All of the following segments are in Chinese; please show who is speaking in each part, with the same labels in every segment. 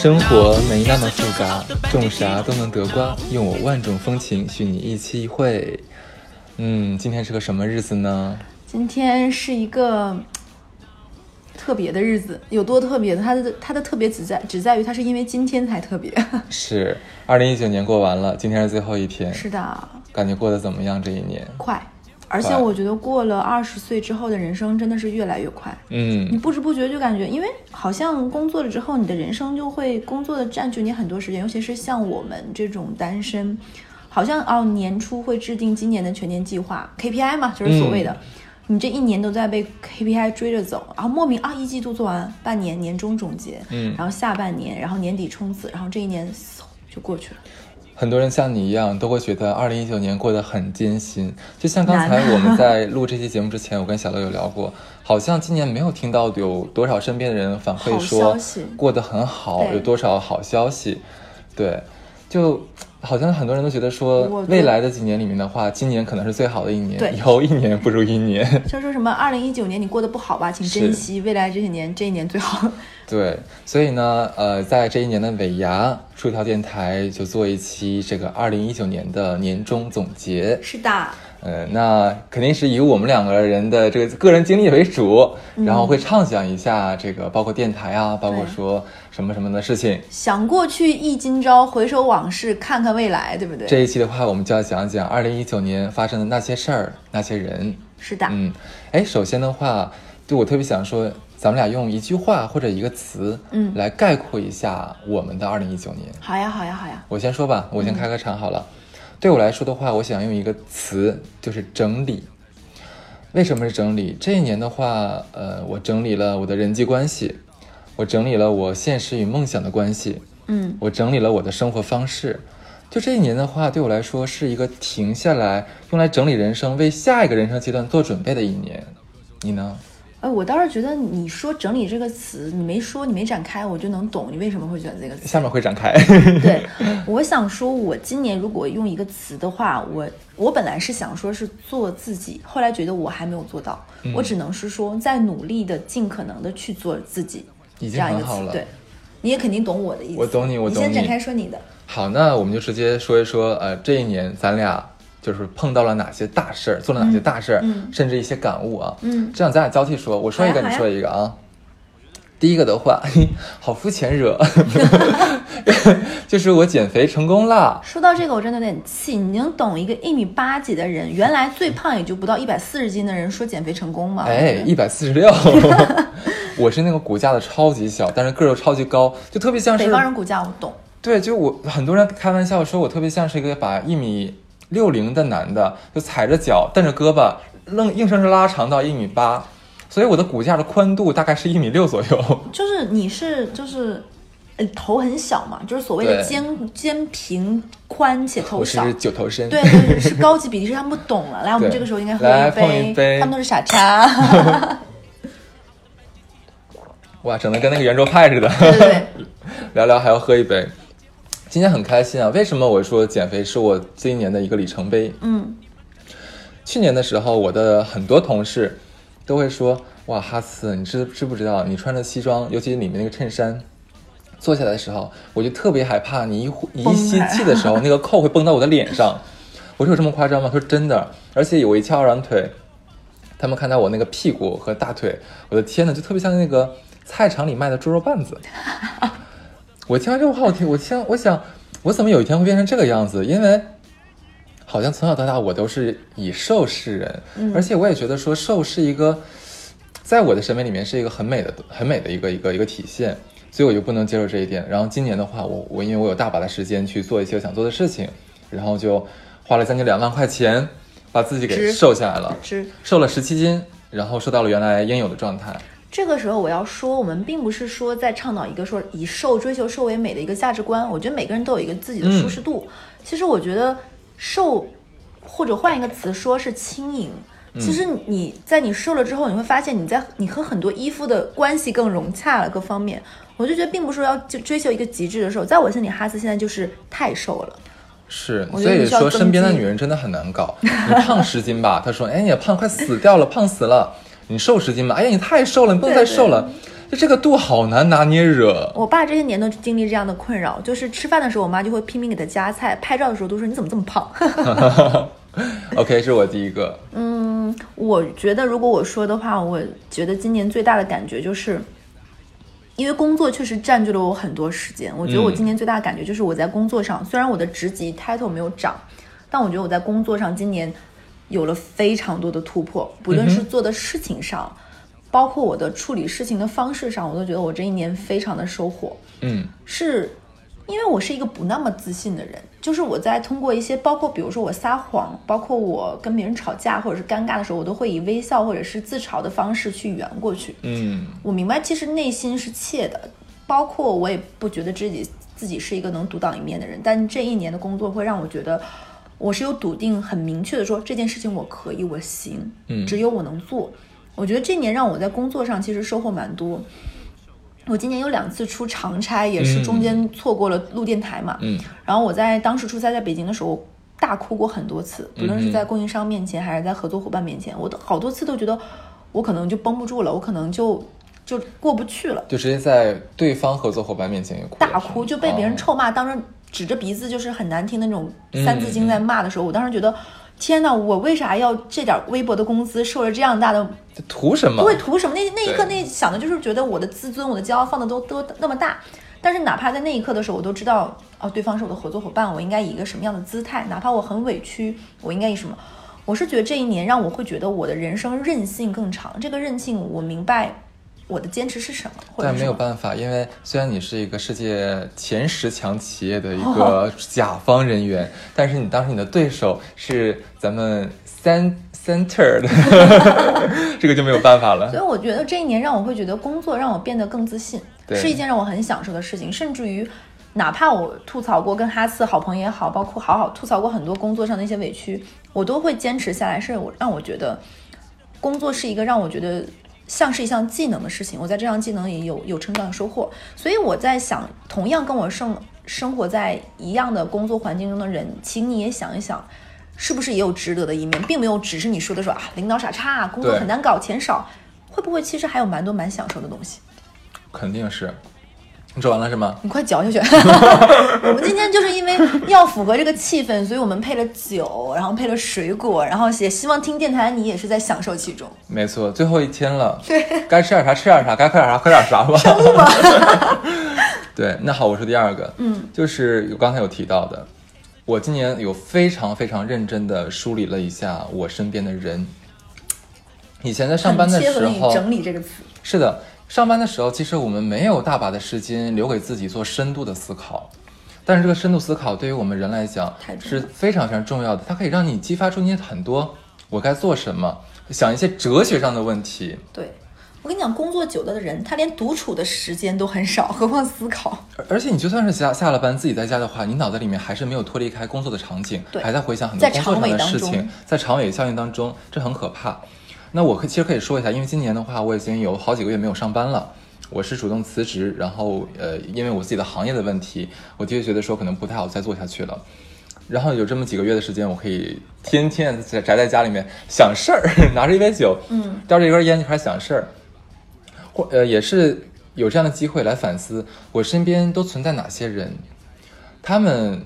Speaker 1: 生活没那么复杂，种啥都能得瓜。用我万种风情，许你一期一会。嗯，今天是个什么日子呢？
Speaker 2: 今天是一个嗯特别的日子，有多特别呢？它的它的特别只在只在于它是因为今天才特别。
Speaker 1: 哎是二零一九年过完了，今天是最后一天。
Speaker 2: 是的，
Speaker 1: 感觉过得怎么样？这一年？
Speaker 2: 快，而且
Speaker 1: 快
Speaker 2: 我觉得过了二十岁之后的人生真的是越来越快。你
Speaker 1: 嗯，
Speaker 2: 不知不觉就感觉，因为好像工作了之后，你的人生就会工作的占据你很多时间，尤其是像我们这种单身，好像哦年初会制定今年的全年计划 KPI 嘛，就是所谓的，
Speaker 1: 嗯
Speaker 2: 你这一年都在被 KPI 追着走，然后莫名啊一季度做完，半年年终总结，
Speaker 1: 嗯
Speaker 2: 然后下半年，然后年底冲刺，然后这一年嗖就过去了。
Speaker 1: 很多人像你一样，都会觉得二零一九年过得很艰辛。就像刚才
Speaker 2: 难啊
Speaker 1: 我们在录这期节目之前，我跟小乐有聊过，
Speaker 2: 啊
Speaker 1: 好像今年没有听到有多少身边的人反馈
Speaker 2: 好
Speaker 1: 说
Speaker 2: 消息
Speaker 1: 过得很好，
Speaker 2: 对
Speaker 1: 有多少好消息。对，就好像很多人都觉得说，
Speaker 2: 我觉
Speaker 1: 未来的几年里面的话，今年可能是最好的一
Speaker 2: 对
Speaker 1: 年，以后一年不如一年。
Speaker 2: 就说什么二零一九年你过得不好吧，请珍
Speaker 1: 是
Speaker 2: 惜未来这些年，这一年最好。
Speaker 1: 对，所以呢，呃，在这一年的尾牙，出一条电台就做一期这个二零一九年的年终总结。
Speaker 2: 是的，
Speaker 1: 呃，那肯定是以我们两个人的这个个人经历为主，然后会畅想一下这个包括电台啊，包括
Speaker 2: 嗯对
Speaker 1: 说什么什么的事情。
Speaker 2: 想过去忆今朝，回首往事，看看未来，对不对？
Speaker 1: 这一期的话，我们就要讲讲二零一九年发生的那些事儿、那些人。
Speaker 2: 是的，
Speaker 1: 嗯，哎，首先的话，就我特别想说，咱们俩用一句话或者一个词，
Speaker 2: 嗯
Speaker 1: 来概括一下我们的二零一九年。
Speaker 2: 好呀，好呀，好呀，
Speaker 1: 我先说吧，我先开个场好了。对我来说的话，我想用一个词，就是整理。为什么是整理？这一年的话，呃，我整理了我的人际关系，我整理了我现实与梦想的关系，
Speaker 2: 嗯，
Speaker 1: 我整理了我的生活方式。就这一年的话，对我来说是一个停下来用来整理人生，为下一个人生阶段做准备的一年。你呢？
Speaker 2: 哎，我倒是觉得你说“整理”这个词，你没说，你没展开，我就能懂你为什么会选这 个词。
Speaker 1: 下面会展开。
Speaker 2: 对，我想说，我今年如果用一个词的话，我我本来是想说是做自己，后来觉得我还没有做到，
Speaker 1: 嗯
Speaker 2: 我只能是说在努力的、尽可能的去做自己，
Speaker 1: 已经
Speaker 2: 这样一个
Speaker 1: 很嗯好
Speaker 2: 词
Speaker 1: 了。
Speaker 2: 对，你也肯定懂我的意思。
Speaker 1: 我懂你我懂
Speaker 2: 你先展
Speaker 1: 你
Speaker 2: 开说你的。
Speaker 1: 好，那我们就直接说一说，呃，这一年咱俩就是碰到了哪些大事儿，做了哪些大事儿，
Speaker 2: 嗯
Speaker 1: 甚至一些感悟啊。
Speaker 2: 嗯
Speaker 1: 这样咱俩交替说，我说一个，
Speaker 2: 好
Speaker 1: 你
Speaker 2: 呀
Speaker 1: 说一个啊。第一个的话， 好肤浅惹， 就是我减肥成功啦。
Speaker 2: 说到这个，我真的有点气。你能懂一个一米八几的人，原来最胖也就不到一百四十斤的人说减肥成功吗？
Speaker 1: 哎，一百四十六， 我是那个骨架的超级小，但是个儿又超级高，就特别像
Speaker 2: 北
Speaker 1: 是
Speaker 2: 方人骨架我懂，
Speaker 1: 对，就我很多人开玩笑说我特别像是一个把一米六零的男的，就踩着脚蹬着胳膊，愣硬生生拉长到一米八，所以我的骨架的宽度大概是一米六左右。
Speaker 2: 就是你是就是，呃，头很小嘛，就是所谓的
Speaker 1: 对
Speaker 2: 肩肩平宽且头
Speaker 1: 我是
Speaker 2: 小。
Speaker 1: 九头身。
Speaker 2: 对，对，是 高级比例，是他们不懂了。来，我们
Speaker 1: 对
Speaker 2: 这个时候应该喝
Speaker 1: 来
Speaker 2: 一
Speaker 1: 碰一杯
Speaker 2: 他们都是傻 叉。
Speaker 1: 哇，整的跟那个圆桌派似的。
Speaker 2: 对对对，
Speaker 1: 聊聊还要喝一杯，今天很开心啊！为什么我说减肥是我今年的一个里程碑？
Speaker 2: 嗯，
Speaker 1: 去年的时候，我的很多同事都会说：“哇，哈斯，你知知不知道，你穿着西装，尤其是里面那个衬衫，坐下来的时候，我就特别害怕你一呼你一吸气的时候，那个扣会蹦到我的脸上。”我说：“有这么夸张吗？”他说：“真的。”而且我一翘二郎腿，他们看到我那个屁股和大腿，我的天呐，就特别像那个菜场里卖的猪肉拌子。我听完之后好听，我听我想，我怎么有一天会变成这个样子？因为好像从小到大我都是以瘦示人，而且我也觉得说瘦是一个，在我的审美里面是一个很美的、很美的一个一个一个体现，所以我就不能接受这一点。然后今年的话，我我因为我有大把的时间去做一些我想做的事情，然后就花了将近两万块钱把自己给
Speaker 2: 值
Speaker 1: 瘦下来了，
Speaker 2: 是。
Speaker 1: 瘦了十七斤，然后瘦到了原来应有的状态。
Speaker 2: 这个时候我要说，我们并不是说在倡导一个说以瘦追求瘦为美的一个价值观。我觉得每个人都有一个自己的舒适度。其实我觉得瘦，或者换一个词说是轻盈。其实你在你瘦了之后，你会发现你在你和很多衣服的关系更融洽了，各方面。我就觉得并不是说要就追求一个极致的瘦，在我心里，哈斯现在就是太瘦了。
Speaker 1: 是，
Speaker 2: 我觉
Speaker 1: 所
Speaker 2: 得
Speaker 1: 以
Speaker 2: 你需要
Speaker 1: 说
Speaker 2: 增
Speaker 1: 身边的
Speaker 2: 肌
Speaker 1: 女人真的很难搞。你胖十斤吧，她说：“哎，你也胖，快死掉了，胖死了。”你瘦十斤吧，哎呀，你太瘦了，你不能再
Speaker 2: 对对
Speaker 1: 瘦了。就这个度好难拿捏惹。
Speaker 2: 我爸这些年都经历这样的困扰，就是吃饭的时候，我妈就会拼命给他夹菜；拍照的时候都说你怎么这么胖。
Speaker 1: OK，是我第一个。
Speaker 2: 嗯，我觉得如果我说的话，我觉得今年最大的感觉就是，因为工作确实占据了我很多时间。我觉得我今年最大的感觉就是我在工作上，虽然我的职级 title 没有涨，但我觉得我在工作上今年有了非常多的突破，不论是做的事情上，包括我的处理事情的方式上，我都觉得我这一年非常的收获。
Speaker 1: 嗯
Speaker 2: 是因为我是一个不那么自信的人，就是我在通过一些，包括比如说我撒谎，包括我跟别人吵架或者是尴尬的时候，我都会以微笑或者是自嘲的方式去圆过去。
Speaker 1: 嗯
Speaker 2: 我明白，其实内心是怯的，包括我也不觉得自己自己是一个能独当一面的人，但这一年的工作会让我觉得。我是有笃定、很明确的说这件事情我可以，我行，
Speaker 1: 嗯
Speaker 2: 只有我能做。我觉得这一年让我在工作上其实收获蛮多。我今年有两次出长差，也是中间错过了录电台嘛。
Speaker 1: 嗯
Speaker 2: 然后我在当时出差在北京的时候，大哭过很多次，不论
Speaker 1: 嗯
Speaker 2: 是
Speaker 1: 哼
Speaker 2: 在供应商面前，还是在合作伙伴面前，我都好多次都觉得我可能就绷不住了，我可能就就过不去了，
Speaker 1: 就直接在对方合作伙伴面前也哭了，哦
Speaker 2: 大哭就被别人臭骂，当时指着鼻子就是很难听的那种
Speaker 1: 嗯
Speaker 2: 三字经在骂的时候，我当时觉得。天呐，我为啥要这点微薄的工资，受了这样大的
Speaker 1: 这图什么
Speaker 2: 不？会图什么。那那一刻，
Speaker 1: 对
Speaker 2: 那想的就是觉得我的自尊、我的骄傲放的都都那么大。但是哪怕在那一刻的时候，我都知道哦，对方是我的合作伙伴，我应该以一个什么样的姿态？哪怕我很委屈，我应该以什么？我是觉得这一年让我会觉得我的人生韧性更长。这个韧性，我明白我的坚持是什么，或者
Speaker 1: 但
Speaker 2: 是
Speaker 1: 没有
Speaker 2: 什么
Speaker 1: 办法，因为虽然你是一个世界前十强企业的 一个甲方人员，但是你当时你的对手是咱们三 center 的，这个就没有办法了
Speaker 2: 所。以我觉得这一年让我会觉得工作让我变得更自信，
Speaker 1: 对
Speaker 2: 是一件让我很享受的事情。甚至于，哪怕我吐槽过跟哈斯好朋友也好，包括好好吐槽过很多工作上的一些委屈，我都会坚持下来。是我让我觉得，工作是一个让我觉得像是一项技能的事情。我在这项技能也有有成长有收获。所以我在想，同样跟我生生活在一样的工作环境中的人，请你也想一想。是不是也有值得的一面，并没有只是你说的说啊，领导傻叉、啊，工作
Speaker 1: 对
Speaker 2: 很难搞，钱少，会不会其实还有蛮多蛮享受的东西？
Speaker 1: 肯定是。你说完了是吗？
Speaker 2: 你快嚼 下去！我们今天就是因为要符合这个气氛，所以我们配了酒，然后配了水果，然后也希望听电台你也是在享受其中。
Speaker 1: 没错，最后一天 了，该吃点啥吃点啥，该喝点啥喝点啥吧。 对，那好，我说第二个，
Speaker 2: 嗯，
Speaker 1: 就是有刚才有提到的，我今年有非常非常认真的梳理了一下我身边的人。以前在上班的
Speaker 2: 很切合
Speaker 1: 时
Speaker 2: 你
Speaker 1: 候，
Speaker 2: 整理这个词，
Speaker 1: 是的，上班的时候，其实我们没有大把的时间留给自己做深度的思考，但是这个深度思考对于我们人来讲
Speaker 2: 太重要
Speaker 1: 是非常非常重要的，它可以让你激发出你很多我该做什么，想一些哲学上的问题。
Speaker 2: 对。我跟你讲，工作久了的人，他连独处的时间都很少，何况思考。
Speaker 1: 而而且你就算是下下了班自己在家的话，你脑袋里面还是没有脱离开工作的场景，
Speaker 2: 对
Speaker 1: 还在回想很多
Speaker 2: 在
Speaker 1: 工作上
Speaker 2: 长尾
Speaker 1: 的
Speaker 2: 当
Speaker 1: 事
Speaker 2: 中
Speaker 1: 情，在长尾效应当中，这很可怕。那我可其实可以说一下，因为今年的话，我已经有好几个月没有上班了。我是主动辞职，然后呃，因为我自己的行业的问题，我的确觉得说可能不太好再做下去了。然后有这么几个月的时间，我可以天天宅宅在家里面想事儿， 拿着一杯酒，
Speaker 2: 嗯，
Speaker 1: 叼着一根烟就开始想事儿，或呃也是有这样的机会来反思我身边都存在哪些人，他们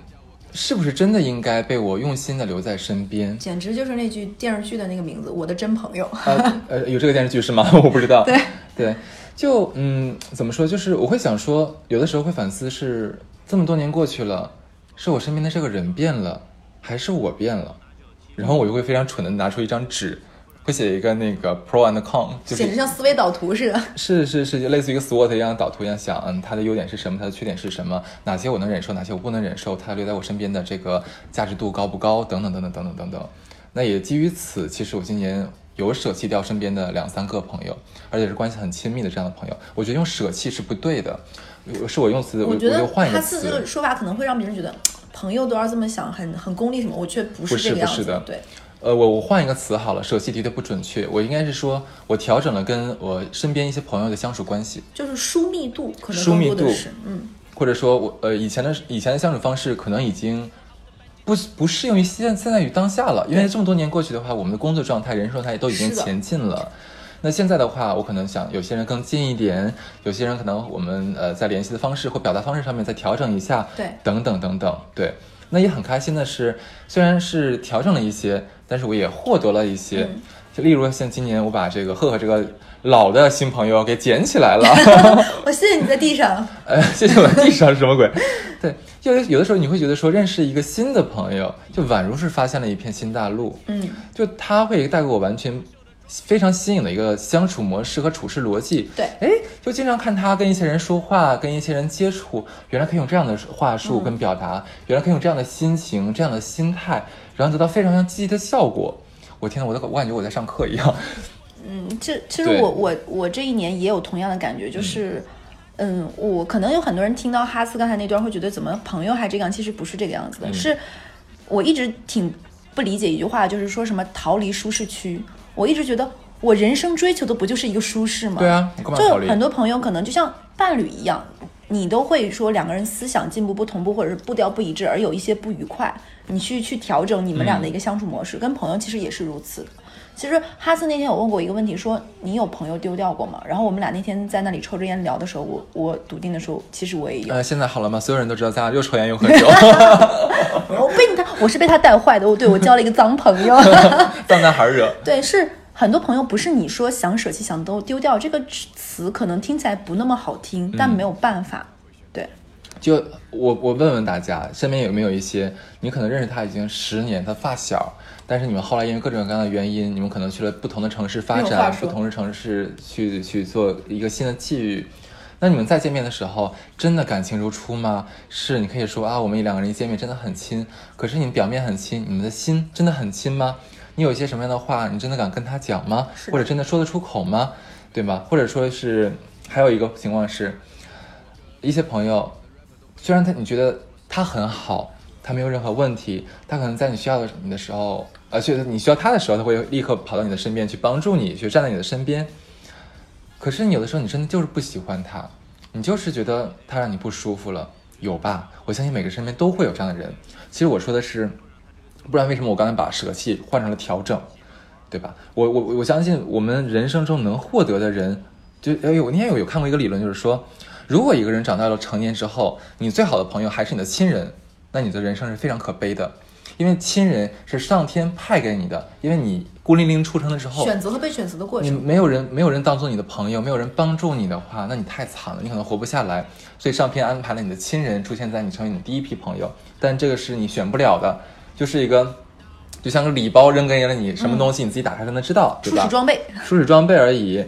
Speaker 1: 是不是真的应该被我用心的留在身边？
Speaker 2: 简直就是那句电视剧的那个名字，《我的真朋友》。
Speaker 1: 呃 呃，有这个电视剧是吗？ 我不知道。
Speaker 2: 对
Speaker 1: 对，就嗯，怎么说？就是我会想说，有的时候会反思是这么多年过去了，是我身边的这个人变了，还是我变了？然后我就会非常蠢的拿出一张纸，会写一个那个 pro and con，就是
Speaker 2: 简直像思维导图似的。
Speaker 1: 是是是，就类似于一个 SWOT 一样的导图一样想，嗯，它的优点是什么，它的缺点是什么，哪些我能忍受，哪些我不能忍受，它留在我身边的这个价值度高不高，等等等等等等等等。那也基于此，其实我今年有舍弃掉身边的两三个朋友，而且是关系很亲密的这样的朋友。我觉得用舍弃是不对的，我是我用词，我
Speaker 2: 我觉
Speaker 1: 我
Speaker 2: 得
Speaker 1: 就换一
Speaker 2: 哈
Speaker 1: 个
Speaker 2: 斯这个
Speaker 1: 词。
Speaker 2: 说法可能会让别人觉得朋友都要这么想，很很功利什么，我却不
Speaker 1: 不
Speaker 2: 是
Speaker 1: 是
Speaker 2: 这个样
Speaker 1: 不是
Speaker 2: 子。
Speaker 1: 的
Speaker 2: 对，
Speaker 1: 呃，我我换一个词好了，舍弃的确不准确，我应该是说我调整了跟我身边一些朋友的相处关系。
Speaker 2: 就是疏密度可能
Speaker 1: 疏
Speaker 2: 更
Speaker 1: 密
Speaker 2: 多的
Speaker 1: 度
Speaker 2: 是，嗯，
Speaker 1: 或者说我呃以前的以前的相处方式可能已经不不适用于现现在与当下了，因为这么多年过去的话，我们的工作状态、人生状态都已经
Speaker 2: 是的
Speaker 1: 前进了。那现在的话，我可能想有些人更近一点，有些人可能我们呃在联系的方式或表达方式上面再调整一下，
Speaker 2: 对
Speaker 1: 等等等等，对。那也很开心的是，虽然是调整了一些，但是我也获得了一些。
Speaker 2: 嗯
Speaker 1: 就例如像今年，我把这个赫赫这个老的新朋友给捡起来了，
Speaker 2: 我谢谢你在地上，
Speaker 1: 哎，谢谢我的地上是什么鬼？ 对，就有有的时候你会觉得说认识一个新的朋友，就宛如是发现了一片新大陆。
Speaker 2: 嗯，
Speaker 1: 就他会带给我完全非常新颖的一个相处模式和处事逻辑。
Speaker 2: 对
Speaker 1: 哎，就经常看他跟一些人说话，跟一些人接触，原来可以用这样的话
Speaker 2: 嗯
Speaker 1: 术跟表达，原来可以用这样的心情、这样的心态，然后得到非常非常积极的效果。我天呐，我都我感觉我在上课一样。
Speaker 2: 嗯，这其实
Speaker 1: 对
Speaker 2: 我我我这一年也有同样的感觉，就是，嗯，我可能有很多人听到哈斯刚才那段会觉得怎么朋友还这样，其实不是这个样子的，
Speaker 1: 嗯
Speaker 2: 是我一直挺不理解一句话，就是说什么逃离舒适区，我一直觉得我人生追求的不就是一个舒适吗？
Speaker 1: 对啊， 你干嘛
Speaker 2: 就
Speaker 1: 考虑？
Speaker 2: 很多朋友可能就像伴侣一样，你都会说两个人思想进步不同步，或者是步调不一致，而有一些不愉快，你去去调整你们俩的一个相处模式。跟朋友其实也是如此。其实哈斯那天有问过一个问题，说你有朋友丢掉过吗？然后我们俩那天在那里抽着烟聊的时候，我我笃定的说，其实我也有，
Speaker 1: 呃，现在好了吗？所有人都知道咱俩又抽烟又喝 酒，
Speaker 2: 我被他，我是被他带坏的，我对我交了一个脏朋友。
Speaker 1: 当男孩惹。
Speaker 2: 对，是很多朋友不是你说想舍弃、想都丢掉这个词，可能听起来不那么好听，但没有办法。对，
Speaker 1: 就我我问问大家，身边有没有一些你可能认识他已经十年，他发小，但是你们后来因为各种各样的原因，你们可能去了不同的城市发
Speaker 2: 没有话
Speaker 1: 展，不
Speaker 2: 说
Speaker 1: 同的城市去去做一个新的际遇。那你们再见面的时候，真的感情如初吗？是，你可以说啊，我们两个人一见面真的很亲，可是你们表面很亲，你们的心真的很亲吗？你有一些什么样的话，你真的敢跟他讲吗？
Speaker 2: 是的
Speaker 1: 或者真的说得出口吗？对吗？或者说是还有一个情况是，一些朋友，虽然他你觉得他很好，他没有任何问题，他可能在你需要的你的时候，呃，觉得你需要他的时候，他会立刻跑到你的身边去帮助你，去站在你的身边。可是你有的时候你真的就是不喜欢他，你就是觉得他让你不舒服了，有吧？我相信每个身边都会有这样的人。其实我说的是，不然为什么我刚才把舍弃换成了调整，对吧？我我我相信我们人生中能获得的人，就哎有那天有有看过一个理论，就是说，如果一个人长到了成年之后，你最好的朋友还是你的亲人，那你的人生是非常可悲的。因为亲人是上天派给你的，因为你孤零零出生的时候，
Speaker 2: 择和被选择的过
Speaker 1: 你没有人没有人当做你的朋友，没有人帮助你的话，那你太惨了，你可能活不下来。所以上天安排了你的亲人出现在你成为你的第一批朋友，但这个是你选不了的，就是一个就像个礼包扔给了你，什么东西你自己打开才能知道，对
Speaker 2: 嗯初
Speaker 1: 吧
Speaker 2: 始？装备。
Speaker 1: 初始装备而已。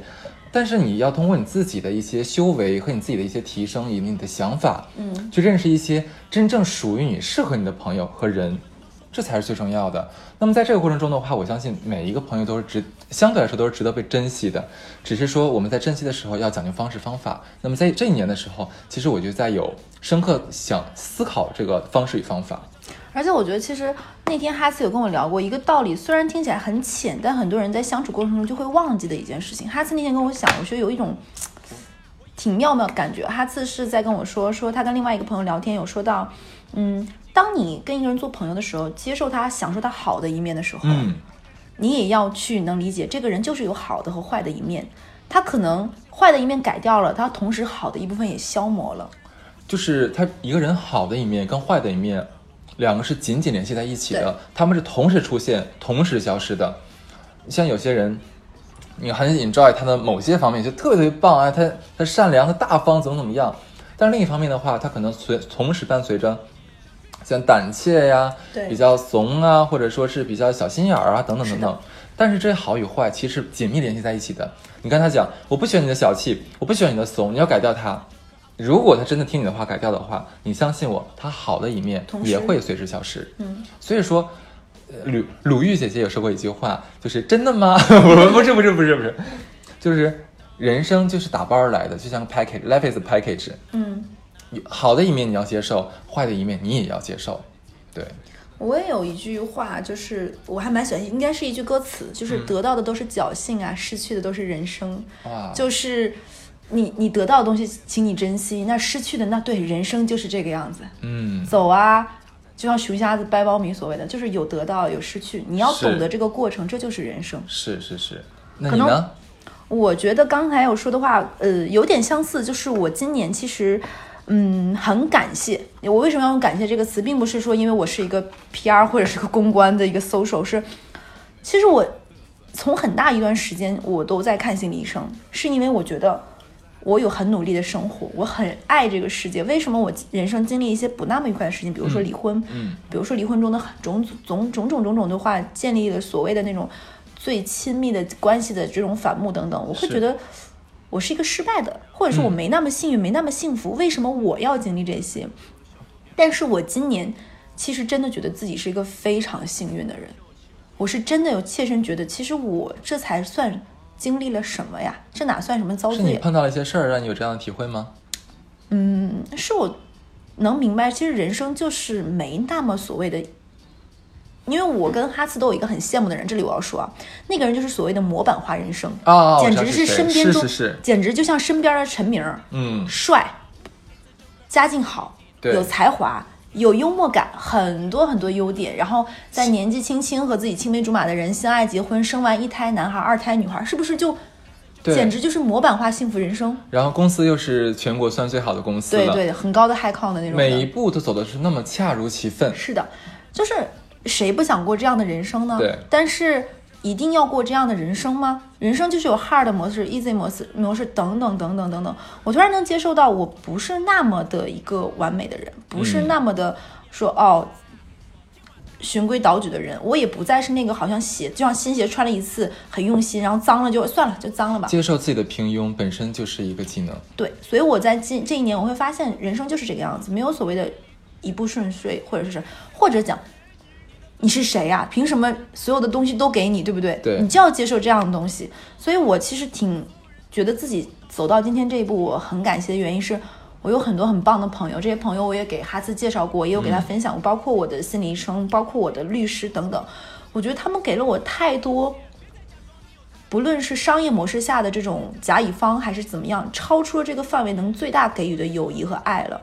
Speaker 1: 但是你要通过你自己的一些修为和你自己的一些提升，以及你的想法，
Speaker 2: 嗯，
Speaker 1: 去认识一些真正属于你、适合你的朋友和人，这才是最重要的。那么在这个过程中的话，我相信每一个朋友都是值，相对来说都是值得被珍惜的。只是说我们在珍惜的时候要讲究方式方法。那么在这一年的时候，其实我就在有深刻想思考这个方式与方法。
Speaker 2: 而且我觉得，其实那天哈斯有跟我聊过一个道理，虽然听起来很浅，但很多人在相处过程中就会忘记的一件事情。哈斯那天跟我讲，我觉得有一种挺妙妙的感觉。哈次是在跟我说，说他跟另外一个朋友聊天，有说到，嗯，当你跟一个人做朋友的时候，接受他、享受他好的一面的时候，
Speaker 1: 嗯，
Speaker 2: 你也要去能理解，这个人就是有好的和坏的一面，他可能坏的一面改掉了，他同时好的一部分也消磨了。
Speaker 1: 就是他一个人好的一面跟坏的一面，两个是紧紧联系在一起的，他们是同时出现、同时消失的。像有些人，你很 enjoy 他的某些方面，就特别特别棒啊，他他善良、他大方，怎么怎么样。但是另一方面的话，他可能随同时伴随着像胆怯呀、
Speaker 2: 对
Speaker 1: 比较怂啊，或者说是比较小心眼儿啊，等等等
Speaker 2: 是
Speaker 1: 等
Speaker 2: 的。
Speaker 1: 但是这好与坏其实紧密联系在一起的。你跟他讲，我不喜欢你的小气，我不喜欢你的怂，你要改掉他。如果他真的听你的话改掉的话，你相信我，他好的一面
Speaker 2: 同时
Speaker 1: 也会随之消失。
Speaker 2: 嗯，
Speaker 1: 所以说，呃鲁鲁豫姐姐也说过一句话，就是真的吗？ 不是不是不是不是，就是人生就是打包而来的，就像 package，life is a package。
Speaker 2: 嗯，
Speaker 1: 好的一面你要接受，坏的一面你也要接受。对，
Speaker 2: 我也有一句话，就是我还蛮喜欢，应该是一句歌词，就是
Speaker 1: 嗯
Speaker 2: 得到的都是侥幸啊，失去的都是人生。
Speaker 1: 哇，
Speaker 2: 就是你你得到的东西，请你珍惜；那失去的，那对人生就是这个样子。
Speaker 1: 嗯，
Speaker 2: 走啊，就像熊瞎子掰苞米所谓的，就是有得到有失去，你要
Speaker 1: 是
Speaker 2: 懂得这个过程，这就是人生。
Speaker 1: 是是是。那
Speaker 2: 可
Speaker 1: 你
Speaker 2: 能
Speaker 1: 呢？
Speaker 2: 我觉得刚才我说的话，呃，有点相似，就是我今年其实。嗯，很感谢。我为什么要用“感谢”这个词，并不是说因为我是一个 PR 或者是个公关的一个 social，是其实我从很大一段时间我都在看心理医生，是因为我觉得我有很努力的生活，我很爱这个世界。为什么我人生经历一些不那么愉快的事情，比如说离婚，
Speaker 1: 嗯
Speaker 2: 比如说离婚中的种种种种种种的话，建立了所谓的那种最亲密的关系的这种反目等等，我
Speaker 1: 是
Speaker 2: 会觉得。我是一个失败的，或者是我
Speaker 1: 嗯
Speaker 2: 没那么幸运，没那么幸福，为什么我要经历这些？但是我今年其实真的觉得自己是一个非常幸运的人，我是真的有切身觉得，其实我这才算经历了什么呀？这哪算什么遭
Speaker 1: 是你
Speaker 2: 罪？啊
Speaker 1: 碰到了一些事儿让你有这样的体会吗？
Speaker 2: 嗯，是我能明白，其实人生就是没那么所谓的。因为我跟哈茨都有一个很羡慕的人，这里我要说啊，那个人就是所谓的模板化人生，
Speaker 1: 啊，我
Speaker 2: 简
Speaker 1: 知道
Speaker 2: 直
Speaker 1: 是谁
Speaker 2: 身边
Speaker 1: 是
Speaker 2: 中，
Speaker 1: 是是，
Speaker 2: 简直就像身边的陈明儿，
Speaker 1: 嗯，
Speaker 2: 帅，家境好，
Speaker 1: 对
Speaker 2: 有才华，有幽默感，很多很多优点。然后在年纪轻轻和自己青梅竹马的人相爱结婚，生完一胎男孩，二胎女孩，是不是就
Speaker 1: 对，
Speaker 2: 简直就是模板化幸福人生？
Speaker 1: 然后公司又是全国算最好的公司
Speaker 2: 对
Speaker 1: 了，
Speaker 2: 对，很高的 high con 的那种的。
Speaker 1: 每一步都走的是那么恰如其分，
Speaker 2: 是的，就是谁不想过这样的人生呢？
Speaker 1: 对
Speaker 2: 但是一定要过这样的人生吗？人生就是有 hard 模式、easy 模式、模式等等等等等等。我突然能接受到，我不是那么的一个完美的人，不是
Speaker 1: 嗯
Speaker 2: 那么的说、哦。循规蹈矩的人，我也不再是那个好像鞋，就像新鞋穿了一次很用心，然后脏了就算了，就脏了吧。
Speaker 1: 接受自己的平庸本身就是一个技能。
Speaker 2: 对，所以我在今这一年，我会发现人生就是这个样子，没有所谓的一步顺遂，或者是或者讲你是谁呀、凭什么所有的东西都给你，对不对？
Speaker 1: 对
Speaker 2: 你就要接受这样的东西。所以我其实挺觉得自己走到今天这一步，我很感谢的原因是。我有很多很棒的朋友，这些朋友我也给哈斯介绍过，也有给他分享过，包括我的心理医生，包括我的律师等等。我觉得他们给了我太多不论是商业模式下的这种甲乙方还是怎么样，超出了这个范围能最大给予的友谊和爱了。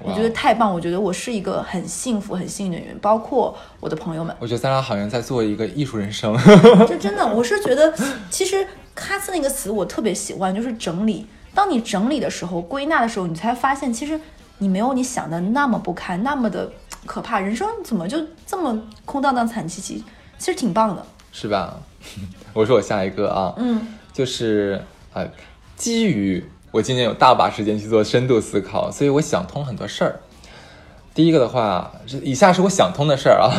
Speaker 2: 我
Speaker 1: 哇哦
Speaker 2: 觉得太棒，我觉得我是一个很幸福、很幸运的人，包括我的朋友们。
Speaker 1: 我觉得咱俩好像在做一个艺术人生，
Speaker 2: 这真的，我是觉得，其实“咔呲”那个词我特别喜欢，就是整理。当你整理的时候、归纳的时候，你才发现，其实你没有你想的那么不堪，那么的可怕。人生怎么就这么空荡荡、惨兮兮？其实挺棒的。
Speaker 1: 是吧？ 我说我下一个啊，
Speaker 2: 嗯，
Speaker 1: 就是哎，基于我今年有大把时间去做深度思考，所以我想通很多事儿。第一个的话，是以下是我想通的事儿啊。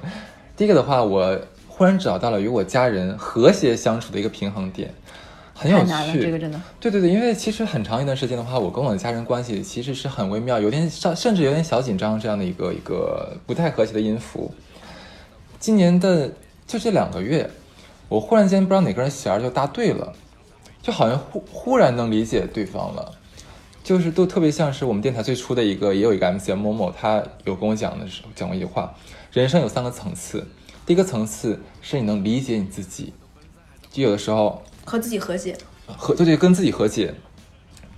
Speaker 1: 第一个的话，我忽然找到了与我家人和谐相处的一个平衡点，很有
Speaker 2: 太
Speaker 1: 趣。
Speaker 2: 难了，这个真的。
Speaker 1: 对对对，因为其实很长一段时间的话，我跟我的家人关系其实是很微妙，有点甚甚至有点小紧张这样的一个一个不太和谐的音符。今年的就这两个月，我忽然间不知道哪根弦儿就搭对了，就好像忽忽然能理解对方了，就是都特别像是我们电台最初的一个，也有一个 MC 某某，他有跟我讲的时候讲过一句话：人生有三个层次，第一个层次是你能理解你自己，就有的时候
Speaker 2: 和自己和谐，
Speaker 1: 和对对，跟自己和解。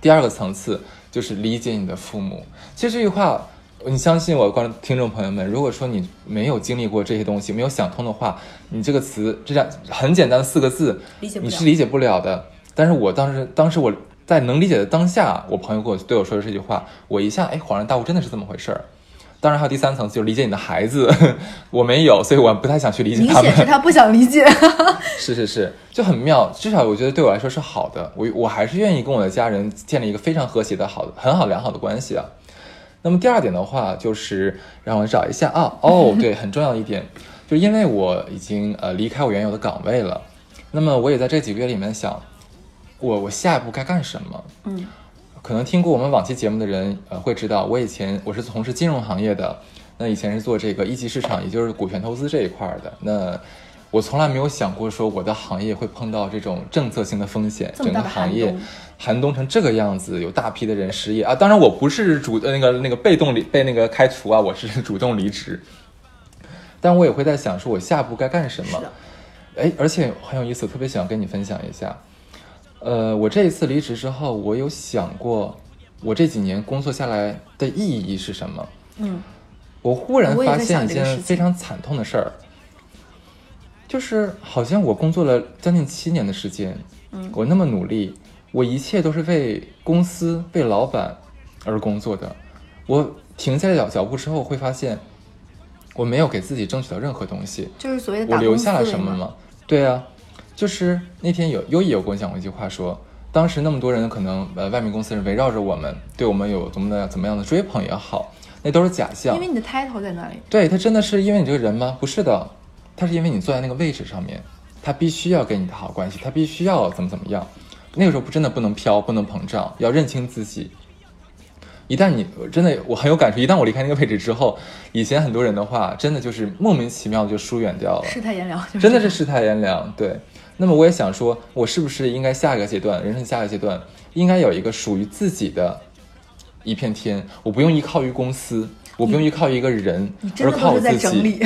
Speaker 1: 第二个层次就是理解你的父母。其实这句话，你相信我，观众听众朋友们，如果说你没有经历过这些东西，没有想通的话，你这个词这样很简单的四个字，
Speaker 2: 理解不
Speaker 1: 你
Speaker 2: 了。
Speaker 1: 是理解不了的。但是我当时，当时我在能理解的当下，我朋友跟我对我说的这句话，我一下哎恍然大悟，真的是这么回事儿。当然还有第三层次，就是理解你的孩子， 我没有，所以我不太想去理解
Speaker 2: 明
Speaker 1: 他们。
Speaker 2: 显是他不想理解。
Speaker 1: 是是是，就很妙。至少我觉得对我来说是好的，我我还是愿意跟我的家人建立一个非常和谐的好、很好良好的关系啊。那么第二点的话，就是让我找一下啊，哦，对，很重要的一点，就是因为我已经呃离开我原有的岗位了，那么我也在这几个月里面想，我我下一步该干什么？
Speaker 2: 嗯，
Speaker 1: 可能听过我们往期节目的人，呃，会知道我以前我是从事金融行业的，那以前是做这个一级市场，也就是股权投资这一块儿的。那我从来没有想过说我的行业会碰到这种政策性的风险，
Speaker 2: 这么
Speaker 1: 整
Speaker 2: 大
Speaker 1: 个
Speaker 2: 的
Speaker 1: 行
Speaker 2: 寒
Speaker 1: 业
Speaker 2: 冬
Speaker 1: 寒冬成这个样子，有大批的人失业啊。当然我不是主呃那个那个被动离被那个开除啊，我是 主动离职。但我也会在想，说我下一步该干什么
Speaker 2: 是的？
Speaker 1: 哎，而且很有意思，特别想跟你分享一下。呃，我这一次离职之后，我有想过，我这几年工作下来的意义是什么？
Speaker 2: 嗯，
Speaker 1: 我忽然
Speaker 2: 我也
Speaker 1: 发
Speaker 2: 在
Speaker 1: 现
Speaker 2: 想
Speaker 1: 一
Speaker 2: 这个事
Speaker 1: 件
Speaker 2: 情
Speaker 1: 非常惨痛的事儿，就是好像我工作了将近七年的时间，嗯，我那么努力，我一切都是为公司、为老板而工作的。我停下来脚脚步之后，会发现我没有给自己争取到任何东西。
Speaker 2: 就是所谓的
Speaker 1: 我
Speaker 2: 打
Speaker 1: 留
Speaker 2: 工思
Speaker 1: 下了
Speaker 2: 维
Speaker 1: 什么
Speaker 2: 嘛。
Speaker 1: 吗？对啊，就是那天有优也有跟我讲过一句话说，当时那么多人可能呃外面公司人围绕着我们，对我们有怎么的怎么样的追捧也好，那都是假象
Speaker 2: 因为。你的 title 在那里，
Speaker 1: 对他真的是因为你这个人吗？不是的，他是因为你坐在那个位置上面，他必须要给你的好关系，他必须要怎么怎么样。那个时候不真的不能飘，不能膨胀，要认清自己。一旦你真的，我很有感触。一旦我离开那个位置之后，以前很多人的话，真的就是莫名其妙地就疏远掉了。
Speaker 2: 世态炎凉，就是
Speaker 1: 真的
Speaker 2: 这
Speaker 1: 是
Speaker 2: 样
Speaker 1: 世态炎凉。对，那么我也想说，我是不是应该下一个阶段，人生下一个阶段，应该有一个属于自己的一片天，我不用依靠于公司，我不用依靠于一个人
Speaker 2: 你，真
Speaker 1: 而
Speaker 2: 的
Speaker 1: 靠
Speaker 2: 都
Speaker 1: 我
Speaker 2: 是在
Speaker 1: 自
Speaker 2: 整
Speaker 1: 己。
Speaker 2: 理，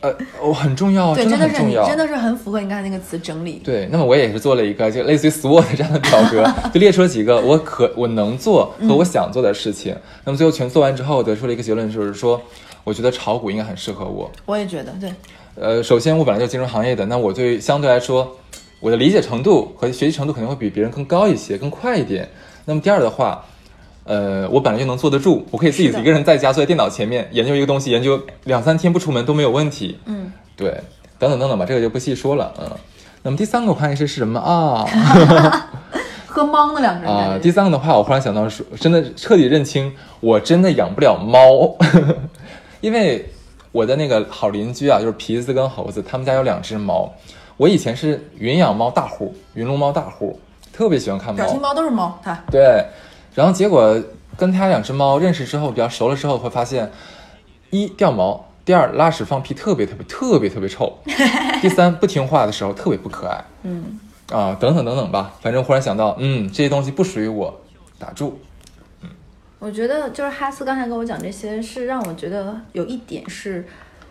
Speaker 1: 呃，我很重要，
Speaker 2: 对，
Speaker 1: 的
Speaker 2: 真的
Speaker 1: 很
Speaker 2: 是
Speaker 1: 重
Speaker 2: 你
Speaker 1: 要，
Speaker 2: 真的是很符合你刚才那个词整理。
Speaker 1: 对，那么我也是做了一个就类似于 SWOT 这样的表格，就列出了几个我可我能做
Speaker 2: 嗯
Speaker 1: 和我想做的事情。那么最后全做完之后，我得出了一个结论，就是说，我觉得炒股应该很适合我。
Speaker 2: 我也觉得，对，
Speaker 1: 呃，首先我本来就是金融行业的，那我对相对来说，我的理解程度和学习程度肯定会比别人更高一些，更快一点。那么第二的话，呃，我本来就能坐得住，我可以自己
Speaker 2: 是的
Speaker 1: 一个人在家坐在电脑前面研究一个东西，研究两三天不出门都没有问题。
Speaker 2: 嗯，
Speaker 1: 对，等等等等吧，这个就不细说了。嗯，那么第三个我看是什么啊？
Speaker 2: 喝懵的两个人
Speaker 1: 啊、
Speaker 2: 感觉
Speaker 1: 第三个的话，我忽然想到是，真的彻底认清，我真的养不了猫， 因为我的那个好邻居啊，就是皮子跟猴子，他们家有两只猫。我以前是云养猫大户，云龙猫大户，特别喜欢看
Speaker 2: 表情
Speaker 1: 猫。
Speaker 2: 包都是猫，它
Speaker 1: 对，然后结果跟他两只猫认识之后，比较熟了之后，会发现，一掉毛，第二拉屎放屁特别特别特别特别臭，第三不听话的时候特别不可爱。
Speaker 2: 嗯，
Speaker 1: 啊，等等等等吧，反正忽然想到，嗯，这些东西不属于我，打住。
Speaker 2: 我觉得就是哈斯刚才跟我讲这些，是让我觉得有一点是。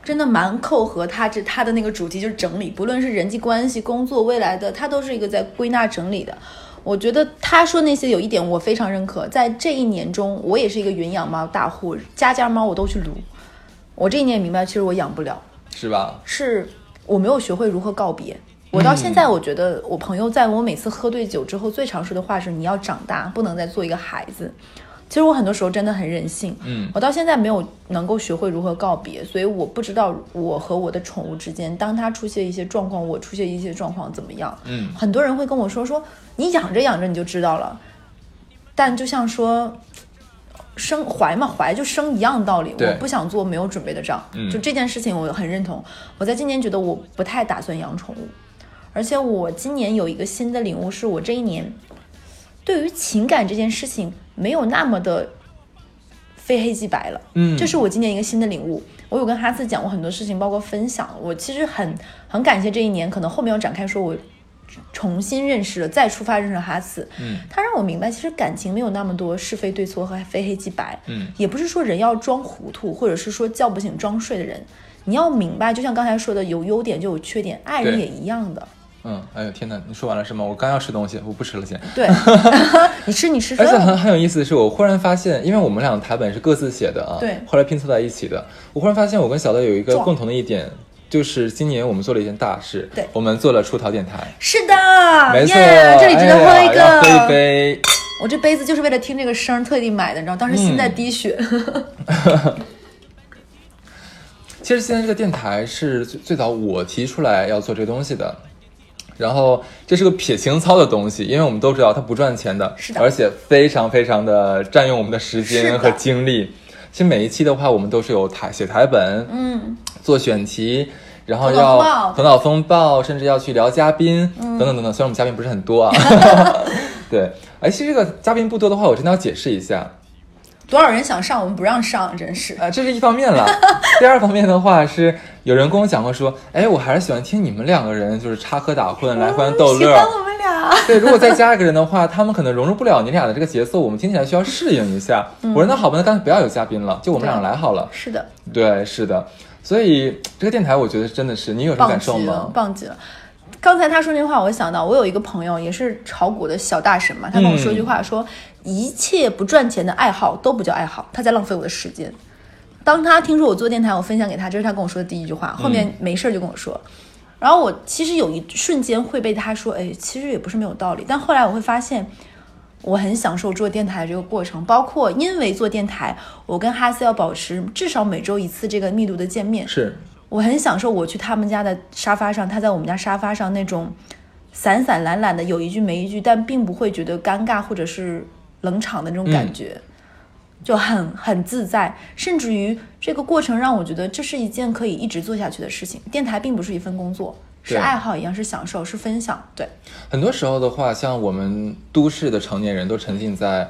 Speaker 2: 真的蛮扣合他这他的那个主题，就是整理，不论是人际关系、工作、未来的，他都是一个在归纳整理的。我觉得他说那些有一点我非常认可，在这一年中，我也是一个云养猫大户，家家猫我都去撸。我这一年也明白，其实我养不了，
Speaker 1: 是吧？
Speaker 2: 是我没有学会如何告别。我到现在，我觉得我朋友在我每次喝醉酒之后，最常说的话是：“你要长大，不能再做一个孩子。”其实我很多时候真的很任性，
Speaker 1: 嗯
Speaker 2: 我到现在没有能够学会如何告别，所以我不知道我和我的宠物之间，当它出现一些状况，我出现一些状况怎么样。
Speaker 1: 嗯
Speaker 2: 很多人会跟我说说你养着养着你就知道了，但就像说生怀嘛，怀就生一样的道理。
Speaker 1: 对
Speaker 2: 我不想做没有准备的账，
Speaker 1: 嗯
Speaker 2: 就这件事情我很认同。我在今年觉得我不太打算养宠物，而且我今年有一个新的领悟，是我这一年对于情感这件事情没有那么的非黑即白了。
Speaker 1: 嗯
Speaker 2: 这是我今年一个新的领悟。我有跟哈斯讲过很多事情，包括分享。我其实很很感谢这一年，可能后面要展开说，我重新认识了，再出发认识了哈斯。
Speaker 1: 嗯，
Speaker 2: 他让我明白，其实感情没有那么多是非对错和非黑即白。
Speaker 1: 嗯，
Speaker 2: 也不是说人要装糊涂，或者是说叫不醒装睡的人。你要明白，就像刚才说的，有优点就有缺点，爱人
Speaker 1: 对
Speaker 2: 也一样的。
Speaker 1: 嗯，哎呦天哪，你说完了是吗？我刚要吃东西，我不吃了先。
Speaker 2: 对， 你吃你 吃
Speaker 1: 而且
Speaker 2: 饭，
Speaker 1: 很很有意思的是，我忽然发现，因为我们俩台本是各自写的啊，
Speaker 2: 对哦
Speaker 1: 后来拼凑在一起的。我忽然发现，我跟小乐有一个
Speaker 2: 撞
Speaker 1: 共同的一点，就是今年我们做了一件大事，
Speaker 2: 对
Speaker 1: 我们做了出逃电台。
Speaker 2: 是的，
Speaker 1: 没错
Speaker 2: 耶，这里值得
Speaker 1: 哎
Speaker 2: 喝
Speaker 1: 呀
Speaker 2: 一个，
Speaker 1: 要喝一杯。
Speaker 2: 我这杯子就是为了听这个声儿特地买的，你知道，当时心在
Speaker 1: 嗯
Speaker 2: 滴血。
Speaker 1: 其实现在这个电台是最最早我提出来要做这个东西的，然后这是个撇情操的东西，因为我们都知道它不赚钱的，
Speaker 2: 是的
Speaker 1: 而且非常非常的占用我们的时
Speaker 2: 是的
Speaker 1: 间和精力。其实每一期的话，我们都是有台写台本，
Speaker 2: 嗯，
Speaker 1: 做选题，然后
Speaker 2: 头脑风
Speaker 1: 要
Speaker 2: 暴嗯
Speaker 1: 头脑风暴，甚至要去聊嘉宾、等等等等。虽然我们嘉宾不是很 多啊，对，哎，其实这个嘉宾不多的话，我真的要解释一下，
Speaker 2: 多少人想上，我们不让上，真是。
Speaker 1: 呃，这是一方面了。 第二方面的话是，有人跟我讲过说，哎，我还是喜欢听你们两个人就是插科打诨，来互相逗
Speaker 2: 喜
Speaker 1: 乐
Speaker 2: 欢
Speaker 1: 儿。
Speaker 2: 哦我们俩。
Speaker 1: 对，如果再加一个人的话，他们可能融入不了你俩的这个节奏，我们听起来需要适应一下。
Speaker 2: 嗯
Speaker 1: 我说那好吧，那干脆不要有嘉宾了，就我们两个来好了。
Speaker 2: 是的，
Speaker 1: 对，是的。所以这个电台，我觉得真的是你有什么
Speaker 2: 棒
Speaker 1: 感受
Speaker 2: 极了
Speaker 1: 吗，？
Speaker 2: 棒极了。刚才他说那话，我想到我有一个朋友也是炒股的小大神嘛，他跟我
Speaker 1: 嗯
Speaker 2: 说一句话说，一切不赚钱的爱好都不叫爱好，他在浪费我的时间。
Speaker 1: 嗯
Speaker 2: 当他听说我做电台，我分享给他，这是他跟我说的第一句话。后面没事儿就跟我说，然后我其实有一瞬间会被他说，哎，其实也不是没有道理。但后来我会发现，我很享受做电台这个过程，包括因为做电台，我跟哈斯要保持至少每周一次这个密度的见面。
Speaker 1: 是，
Speaker 2: 我很享受我去他们家的沙发上，他在我们家沙发上那种散散懒懒的，有一句没一句，但并不会觉得尴尬或者是冷场的那种感觉，
Speaker 1: 嗯
Speaker 2: 就很很自在。甚至于这个过程让我觉得这是一件可以一直做下去的事情。电台并不是一份工作，是
Speaker 1: 对
Speaker 2: 爱好一样，是享受，是分享。对，
Speaker 1: 很多时候的话，像我们都市的成年人都沉浸在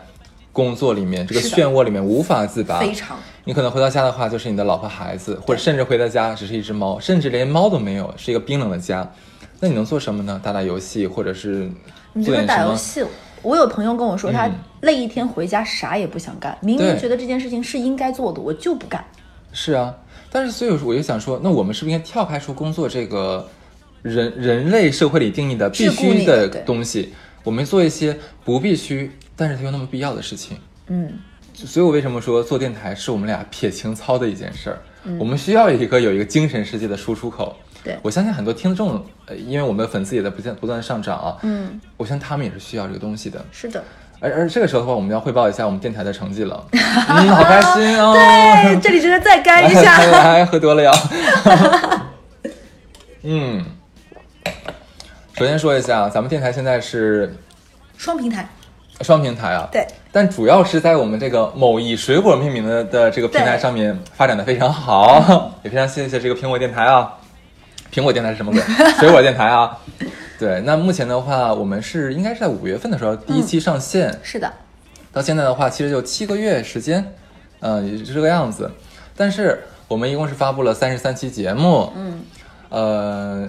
Speaker 1: 工作里面这个
Speaker 2: 是的
Speaker 1: 漩涡里面无法自拔，
Speaker 2: 非常
Speaker 1: 你可能回到家的话，就是你的老婆、孩子，或者甚至回到家只是一只猫，甚至连猫都没有，是一个冰冷的家。那你能做什么呢？打打游戏，或者是
Speaker 2: 你
Speaker 1: 做
Speaker 2: 这
Speaker 1: 点
Speaker 2: 个
Speaker 1: 什
Speaker 2: 打游
Speaker 1: 么？
Speaker 2: 戏，我有朋友跟我说，他
Speaker 1: 嗯
Speaker 2: 累一天回家啥也不想干，明明
Speaker 1: 对
Speaker 2: 觉得这件事情是应该做的，我就不干。
Speaker 1: 是啊，但是所以我就想说，那我们是不是应该跳开出工作这个人人类社会里定义的必
Speaker 2: 桎梏
Speaker 1: 须
Speaker 2: 你的
Speaker 1: 的
Speaker 2: 对
Speaker 1: 东西，我们做一些不必须，但是它又那么必要的事情？
Speaker 2: 嗯，
Speaker 1: 所以我为什么说做电台是我们俩撇情操的一件事儿？我们需要一个有一个精神世界的输出口。
Speaker 2: 嗯对
Speaker 1: 我相信很多听众，呃，因为我们的粉丝也在不断不断上涨啊，
Speaker 2: 嗯，
Speaker 1: 我相信他们也是需要这个东西的。
Speaker 2: 是的。
Speaker 1: 而而这个时候的话，我们要汇报一下我们电台的成绩 了，嗯，好开心哦！
Speaker 2: 哎，这里值得再干一
Speaker 1: 哎
Speaker 2: 下。
Speaker 1: 哎喝多了呀。嗯，首先说一下，咱们电台现在是
Speaker 2: 双平台，
Speaker 1: 双平台啊，
Speaker 2: 对，
Speaker 1: 但主要是在我们这个某以水果命名的的这个平台
Speaker 2: 对
Speaker 1: 上面发展的非常好，也非常谢谢这个苹果电台啊，苹果电台是什么鬼？水果电台啊。对，那目前的话，我们是应该是在五月份的时候第一期上线，
Speaker 2: 是的，
Speaker 1: 到现在的话，其实就七个月时间，嗯、也是这个样子。但是我们一共是发布了三十三期节目，
Speaker 2: 嗯，
Speaker 1: 呃，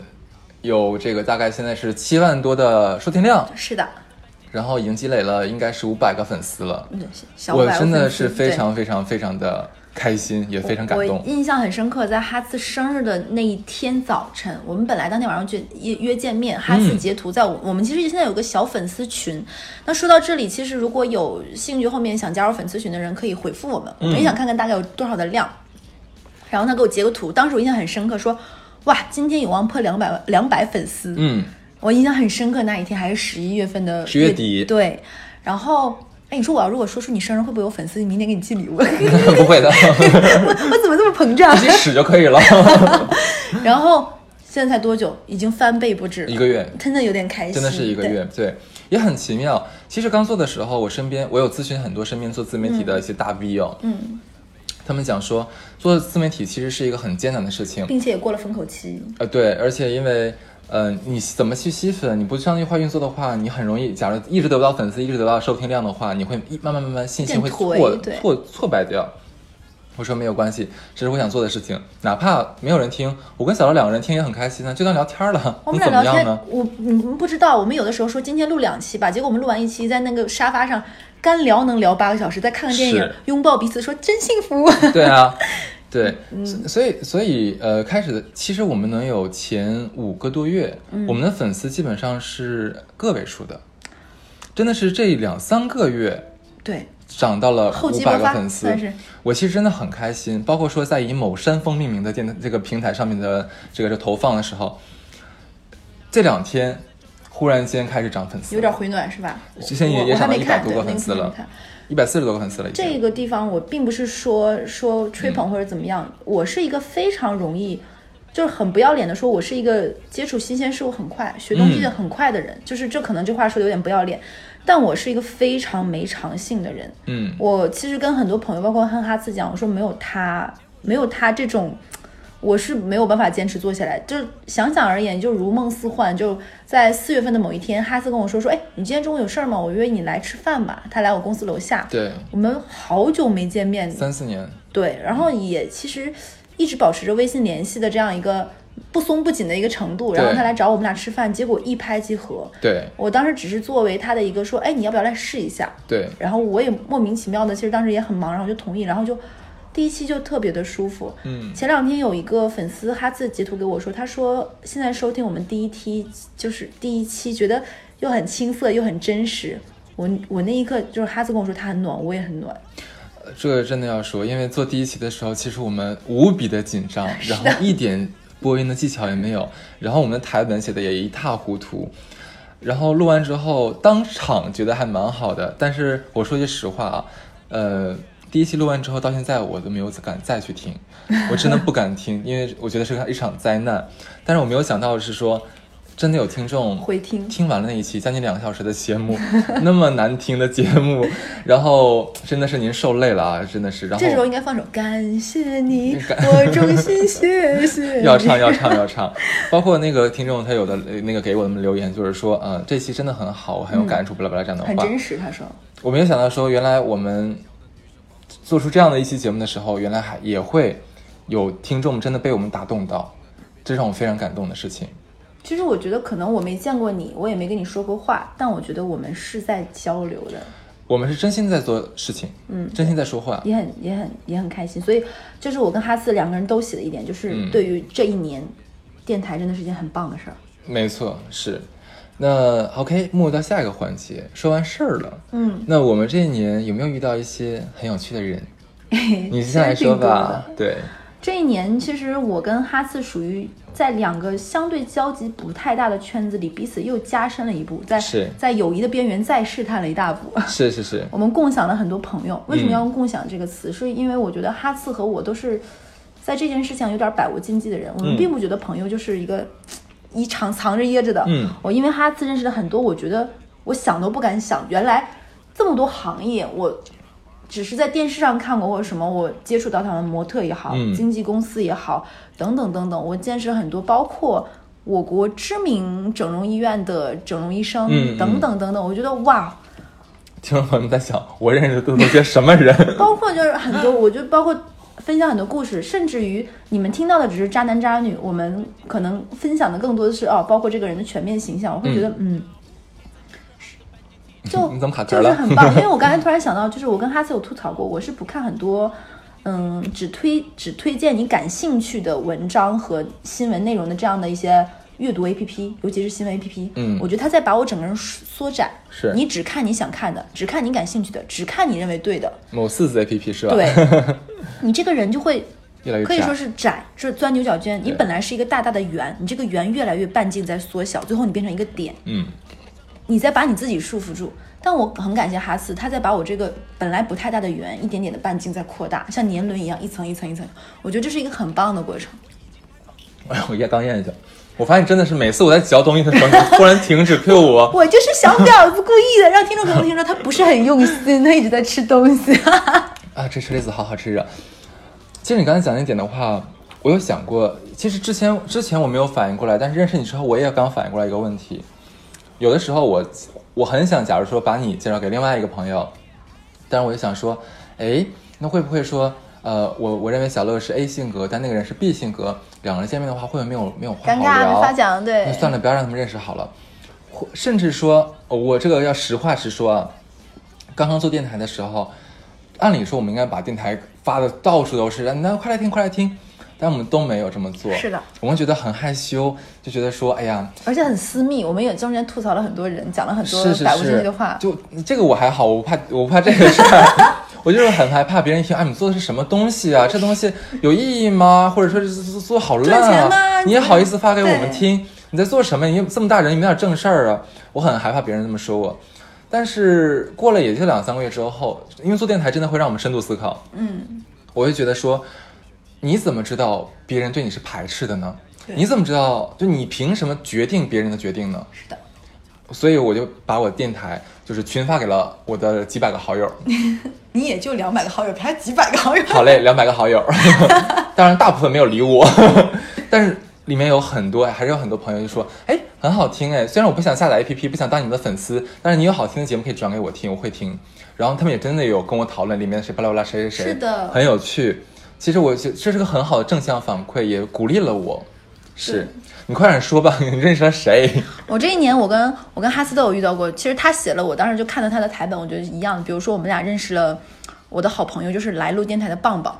Speaker 1: 有这个大概现在是七万多的收听量，
Speaker 2: 是的，
Speaker 1: 然后已经积累了应该是五百个粉丝了。
Speaker 2: 嗯，小
Speaker 1: 我
Speaker 2: 五百
Speaker 1: 真的
Speaker 2: 粉丝
Speaker 1: 是非
Speaker 2: 对
Speaker 1: 常非常非常的开心，也非常感
Speaker 2: 我
Speaker 1: 动。
Speaker 2: 印象很深刻，在哈茨生日的那一天早晨，我们本来当天晚上就约约见面，哈茨截图在我、我们其实现在有个小粉丝群。那说到这里，其实如果有兴趣后面想加入粉丝群的人，可以回复我们，
Speaker 1: 嗯
Speaker 2: 我们也想看看大概有多少的量。然后他给我截个图，当时我印象很深刻，说哇，今天有望破两百万两百粉丝，
Speaker 1: 嗯，
Speaker 2: 我印象很深刻那一天还是十一月份的
Speaker 1: 10月底
Speaker 2: 对，然后。哎，你说我要如果说出你生日，会不会有粉丝明天给你寄礼物？ 我
Speaker 1: 不会的，
Speaker 2: 我怎么这么膨胀
Speaker 1: 自？己使就可以了。
Speaker 2: 然后现在才多久？已经翻倍不止，
Speaker 1: 一个月，
Speaker 2: 真的有点开心，
Speaker 1: 真的是一个
Speaker 2: 对。
Speaker 1: 月，对，也很奇妙。其实刚做的时候，我身边我有咨询很多身边做自媒体的一些大 V 哦，
Speaker 2: 嗯，
Speaker 1: 他们讲说做自媒体其实是一个很艰难的事情，
Speaker 2: 并且也过了风口期，
Speaker 1: 呃，对，而且因为。嗯、你怎么去吸粉？你不商业化运作的话，你很容易，假如一直得不到粉丝，一直得不到收听量的话，你会一慢慢慢慢信心会
Speaker 2: 变颓
Speaker 1: 挫
Speaker 2: 对
Speaker 1: 挫挫败掉。我说没有关系，这是我想做的事情，哪怕没有人听，我跟小刘两个人听也很开心啊呢，就当聊天了。
Speaker 2: 我
Speaker 1: 你
Speaker 2: 们俩
Speaker 1: 怎么
Speaker 2: 聊
Speaker 1: 样
Speaker 2: 天
Speaker 1: 呢？，
Speaker 2: 我你们不知道，我们有的时候说今天录两期吧，结果我们录完一期，在那个沙发上干聊能聊八个小时，再看看电影
Speaker 1: 是，
Speaker 2: 拥抱彼此，说真幸福。
Speaker 1: 对啊，对，
Speaker 2: 嗯
Speaker 1: 所所以所以呃，开始的其实我们能有前五个多月，
Speaker 2: 嗯
Speaker 1: 我们的粉丝基本上是个位数的，真的是这两三个月
Speaker 2: 对，
Speaker 1: 涨到了
Speaker 2: 厚
Speaker 1: 五
Speaker 2: 积薄
Speaker 1: 百个
Speaker 2: 发
Speaker 1: 粉丝
Speaker 2: 算是，
Speaker 1: 我其实真的很开心。包括说在以某山峰命名的电这个平台上面的这个这投放的时候，这两天忽然间开始涨粉丝，
Speaker 2: 有点回暖是吧？
Speaker 1: 之前
Speaker 2: 我
Speaker 1: 也也
Speaker 2: 我还
Speaker 1: 涨到
Speaker 2: 没
Speaker 1: 一百
Speaker 2: 看，
Speaker 1: 多
Speaker 2: 对，
Speaker 1: 个粉
Speaker 2: 那个
Speaker 1: 丝
Speaker 2: 还没
Speaker 1: 了
Speaker 2: 看。
Speaker 1: 一百四十多个粉丝了已经。
Speaker 2: 这个地方我并不是说说吹捧或者怎么样，我是一个非常容易，就是很不要脸的说，我是一个接触新鲜事物很快、学东西
Speaker 1: 嗯
Speaker 2: 很快的人，就是这可能这话说的有点不要脸，但我是一个非常没长性的人。
Speaker 1: 嗯，
Speaker 2: 我其实跟很多朋友，包括和哈次讲，我说没有他，没有他这种，我是没有办法坚持做下来。就是想想而言，就如梦似幻。就在四月份的某一天，哈斯跟我说说，哎，你今天中午有事儿吗？我约你来吃饭吧。他来我公司楼下，
Speaker 1: 对，
Speaker 2: 我们好久没见面，
Speaker 1: 三四年。
Speaker 2: 对，然后也其实一直保持着微信联系的这样一个不松不紧的一个程度。然后
Speaker 1: 对
Speaker 2: 他来找我们俩吃饭，结果一拍即合。
Speaker 1: 对
Speaker 2: 我当时只是作为他的一个说，哎，你要不要来试一下？
Speaker 1: 对，
Speaker 2: 然后我也莫名其妙的，其实当时也很忙，然后就同意，然后就第一期就特别的舒服。
Speaker 1: 嗯
Speaker 2: 前两天有一个粉丝哈自截图给我说，他说现在收听我们第一期，就是第一期，觉得又很青涩又很真实。我我那一刻就是哈自跟我说他很暖，我也很暖。
Speaker 1: 这个真的要说，因为做第一期的时候，其实我们无比的紧张，然后一点播音的技巧也没有，然后我们的台本写的也一塌糊涂。然后录完之后，当场觉得还蛮好的，但是我说句实话啊，呃，第一期录完之后到现在我都没有敢再去听，我真的不敢听，因为我觉得是个一场灾难。但是我没有想到的是说，真的有听众
Speaker 2: 回听
Speaker 1: 听完了那一期将近两个小时的节目， 那么难听的节目， 然后真的是您受累了啊，真的是。然后嗯
Speaker 2: 这时候应该放首《感谢你，我衷心谢 谢你》。
Speaker 1: 要唱要唱要唱， 包括那个听众他有的呃那个给我们留言，就是说，嗯、这期真的很好，我很有感触，巴拉巴拉这样的
Speaker 2: 嗯很
Speaker 1: 话，
Speaker 2: 真实，他说，
Speaker 1: 我没有想到说，原来我们做出这样的一期节目的时候，原来还也会有听众真的被我们打动到，这让我非常感动的事情。
Speaker 2: 其实我觉得可能我没见过你，我也没跟你说过话，但我觉得我们是在交流的，
Speaker 1: 我们是真心在做事情，嗯，真心在说话，
Speaker 2: 也很也很也很开心。所以这是我跟哈斯两个人都写的一点，就是
Speaker 1: 嗯
Speaker 2: 对于这一年，电台真的是件很棒的事儿。
Speaker 1: 没错，是。那 OK，进入到下一个环节，说完事儿了，
Speaker 2: 嗯，
Speaker 1: 那我们这一年有没有遇到一些很有趣的人？ 你
Speaker 2: 你
Speaker 1: 先来说吧。。对，
Speaker 2: 这一年，其实我跟哈次属于在两个相对交集不太大的圈子里，彼此又加深了一步，在
Speaker 1: 是
Speaker 2: 在友谊的边缘再试探了一大步。
Speaker 1: 是是是，
Speaker 2: 我们共享了很多朋友。为什么
Speaker 1: 嗯
Speaker 2: 要用“共享”这个词？是因为我觉得哈次和我都是在这件事情上有点百无禁忌的人，我们
Speaker 1: 嗯
Speaker 2: 并不觉得朋友就是一个嘖一场藏着掖着的。
Speaker 1: 嗯
Speaker 2: 我因为哈次认识了很多，我觉得我想都不敢想，原来这么多行业我。只是在电视上看过或者什么，我接触到他们模特也好，
Speaker 1: 嗯
Speaker 2: 经纪公司也好，等等等等，我见识很多，包括我国知名整容医院的整容医生、
Speaker 1: 嗯嗯
Speaker 2: 等等等等，我觉得哇，
Speaker 1: 听众朋友们在想，我认识的都是些什么人？
Speaker 2: 包括就是很多，我就包括分享很多故事，甚至于你们听到的只是渣男渣女，我们可能分享的更多的是哦，包括这个人的全面形象，我会觉得嗯。就
Speaker 1: 你怎么卡壳
Speaker 2: 就
Speaker 1: 了
Speaker 2: 是很棒，因为 我刚才突然想到，就是我跟哈斯有吐槽过，我是不看很多，嗯，只推只推荐你感兴趣的文章和新闻内容的这样的一些阅读 A P P，尤其是新闻 A P P，
Speaker 1: 嗯
Speaker 2: 我觉得他在把我整个人缩窄，
Speaker 1: 是
Speaker 2: 你只看你想看的，只看你感兴趣的，只看你认为对的，
Speaker 1: 某四子 APP 是吧？，
Speaker 2: 对， 你这个人就会
Speaker 1: 越来越
Speaker 2: 可以说
Speaker 1: 窄。
Speaker 2: 是窄，是钻牛角尖。你
Speaker 1: 对
Speaker 2: 本来是一个大大的圆，你这个圆越来越半径在缩小，最后你变成一个点，
Speaker 1: 嗯，
Speaker 2: 你再把你自己束缚住。但我很感谢哈斯，他在把我这个本来不太大的圆，一点点的半径在扩大，像年轮一样一层一层一层。我觉得这是一个很棒的过程。
Speaker 1: 哎呀，我咽刚咽一下，我发现真的是每次我在嚼东西的时候，你突然停止 Q 我，
Speaker 2: 我就是小婊子，故意的让听众朋友们听说他不是很用心，他一直在吃东西。
Speaker 1: 啊，这车厘子好好吃啊！其实你刚才讲那点的话，我有想过，其实之前之前我没有反应过来，但是认识你之后，我也刚反应过来一个问题。有的时候我我很想，假如说把你介绍给另外一个朋友，但是我就想说，哎，那会不会说，呃，我我认为小乐是 A 性格，但那个人是 B 性格，两个人见面的话，会不会没有没有话
Speaker 2: 尴
Speaker 1: 好
Speaker 2: 尬
Speaker 1: 聊？
Speaker 2: 没法讲，对
Speaker 1: 那，算了，不要让他们认识好了。或甚至说，呃我这个要实话实说啊，刚刚做电台的时候，按理说我们应该把电台发的到处都是，让那快来听，快来听，但我们都没有这么做。
Speaker 2: 是的，
Speaker 1: 我们觉得很害羞，就觉得说，哎呀，
Speaker 2: 而且很私密。我们也中间吐槽了很多人，讲了很多
Speaker 1: 是是
Speaker 2: 百无禁忌
Speaker 1: 是
Speaker 2: 的话。
Speaker 1: 就这个我还好，我不怕，我不怕这个事儿。 我就是很害怕别人一听，哎，你做的是什么东西啊？这东西有意义吗？或者说是做做好烂
Speaker 2: 赚钱
Speaker 1: 啊？
Speaker 2: 吗
Speaker 1: 你也好意思发给我
Speaker 2: 对
Speaker 1: 们听？你在做什么？你这么大人，你没点正事儿啊？我很害怕别人这么说我。但是过了也就两三个月之后，因为做电台真的会让我们深度思考，
Speaker 2: 嗯，
Speaker 1: 我就觉得说，你怎么知道别人对你是排斥的呢？
Speaker 2: 对
Speaker 1: 你怎么知道？就你凭什么决定别人的决定呢？
Speaker 2: 是的。
Speaker 1: 所以我就把我电台就是群发给了我的几百个好友，
Speaker 2: 你也就两百个好友，还几百个好友。
Speaker 1: 好嘞，两百个好友， 当然大部分没有理我， 但是里面有很多还是有很多朋友就说，哎，很好听哎，虽然我不想下载 APP，不想当你们的粉丝，但是你有好听的节目可以转给我听，我会听。然后他们也真的有跟我讨论里面谁巴拉巴拉谁谁谁，
Speaker 2: 是的
Speaker 1: 很有趣。其实我觉这是个很好的正向反馈，也鼓励了我。
Speaker 2: 对
Speaker 1: 是你快点说吧，你认识了谁？
Speaker 2: 我这一年，我跟我跟哈斯都有遇到过。其实他写了，我当时就看到他的台本，我觉得一样。比如说，我们俩认识了我的好朋友，就是来录电台的棒棒。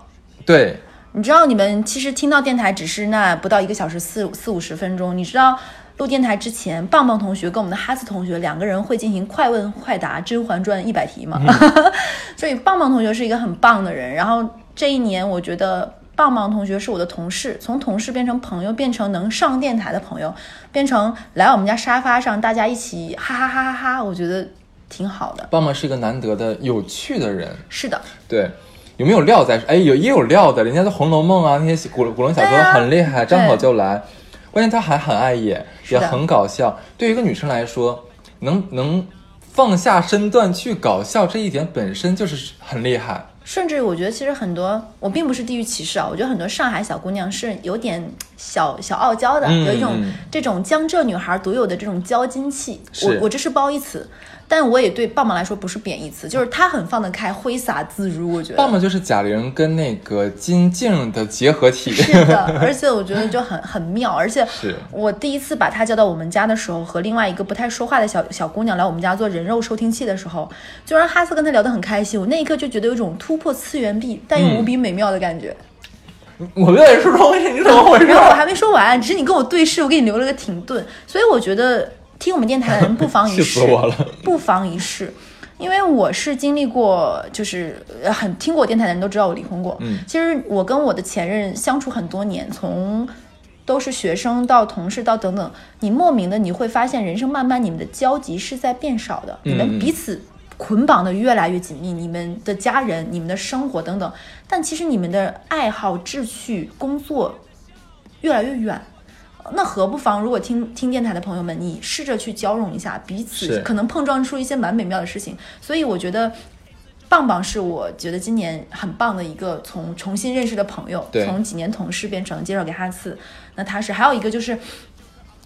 Speaker 1: 对，
Speaker 2: 你知道，你们其实听到电台只是那不到一个小时四四五十分钟。你知道，录电台之前，棒棒同学跟我们的哈斯同学两个人会进行快问快答《甄嬛传》一嗯 百题嘛？所以棒棒同学是一个很棒的人。然后这一年，我觉得棒棒同学是我的同事，从同事变成朋友，变成能上电台的朋友，变成来我们家沙发上大家一起哈哈哈哈哈，我觉得挺好的。
Speaker 1: 棒棒是一个难得的有趣的人，
Speaker 2: 是的，
Speaker 1: 对，有没有料在？哎，有也有料的，人家的《红楼梦》啊，那些古古龙小说
Speaker 2: 对啊
Speaker 1: 很厉害，张口
Speaker 2: 对
Speaker 1: 就来。关键他还很爱演，
Speaker 2: 是
Speaker 1: 也
Speaker 2: 的
Speaker 1: 很搞笑。对于一个女生来说，能能放下身段去搞笑这一点本身就是很厉害。
Speaker 2: 甚至我觉得其实很多，我并不是地域歧视啊，我觉得很多上海小姑娘是有点小小傲娇的，
Speaker 1: 嗯
Speaker 2: 有一种
Speaker 1: 嗯
Speaker 2: 这种江浙女孩独有的这种娇金气。我
Speaker 1: 是
Speaker 2: 我这是褒义词，但我也对棒棒来说不是贬义词，就是她很放得开，挥洒自如，我觉
Speaker 1: 嗯棒
Speaker 2: 得。
Speaker 1: 棒就是贾玲跟那个金靖的结合 体。
Speaker 2: 是的，而且我觉得就很 很妙，而且
Speaker 1: 是
Speaker 2: 我第一次把她叫到我们家的时候，和另外一个不太说话的小小姑娘来我们家做人肉收听器的时候，就让哈斯跟她聊得很开心，我那一刻就觉得有一种突破次元壁，但
Speaker 1: 嗯
Speaker 2: 又无比美妙的感觉。
Speaker 1: 我跟你说东西，你怎么回事
Speaker 2: 没有，？我还没说完，只是你跟我对视，我给你留了个停顿，所以我觉得听我们电台的人不妨 一
Speaker 1: 气
Speaker 2: 试，
Speaker 1: 死我了
Speaker 2: 不妨一试。因为我是经历过，就是呃很听过我电台的人都知道我离婚过。
Speaker 1: 嗯
Speaker 2: 其实我跟我的前任相处很多年，从都是学生到同事到等等，你莫名的你会发现，人生慢慢你们的交集是在变少的，你
Speaker 1: 嗯嗯
Speaker 2: 们彼此捆绑的越来越紧密，你们的家人、你们的生活等等，但其实你们的爱好、志趣、工作越来越远。那何不妨，如果听听电台的朋友们，你试着去交融一下，彼
Speaker 1: 是
Speaker 2: 此可能碰撞出一些蛮美妙的事情。所以我觉得，棒棒是我觉得今年很棒的一个从重新认识的朋友，
Speaker 1: 对
Speaker 2: 从几年同事变成介绍给哈次。那他是还有一个就是。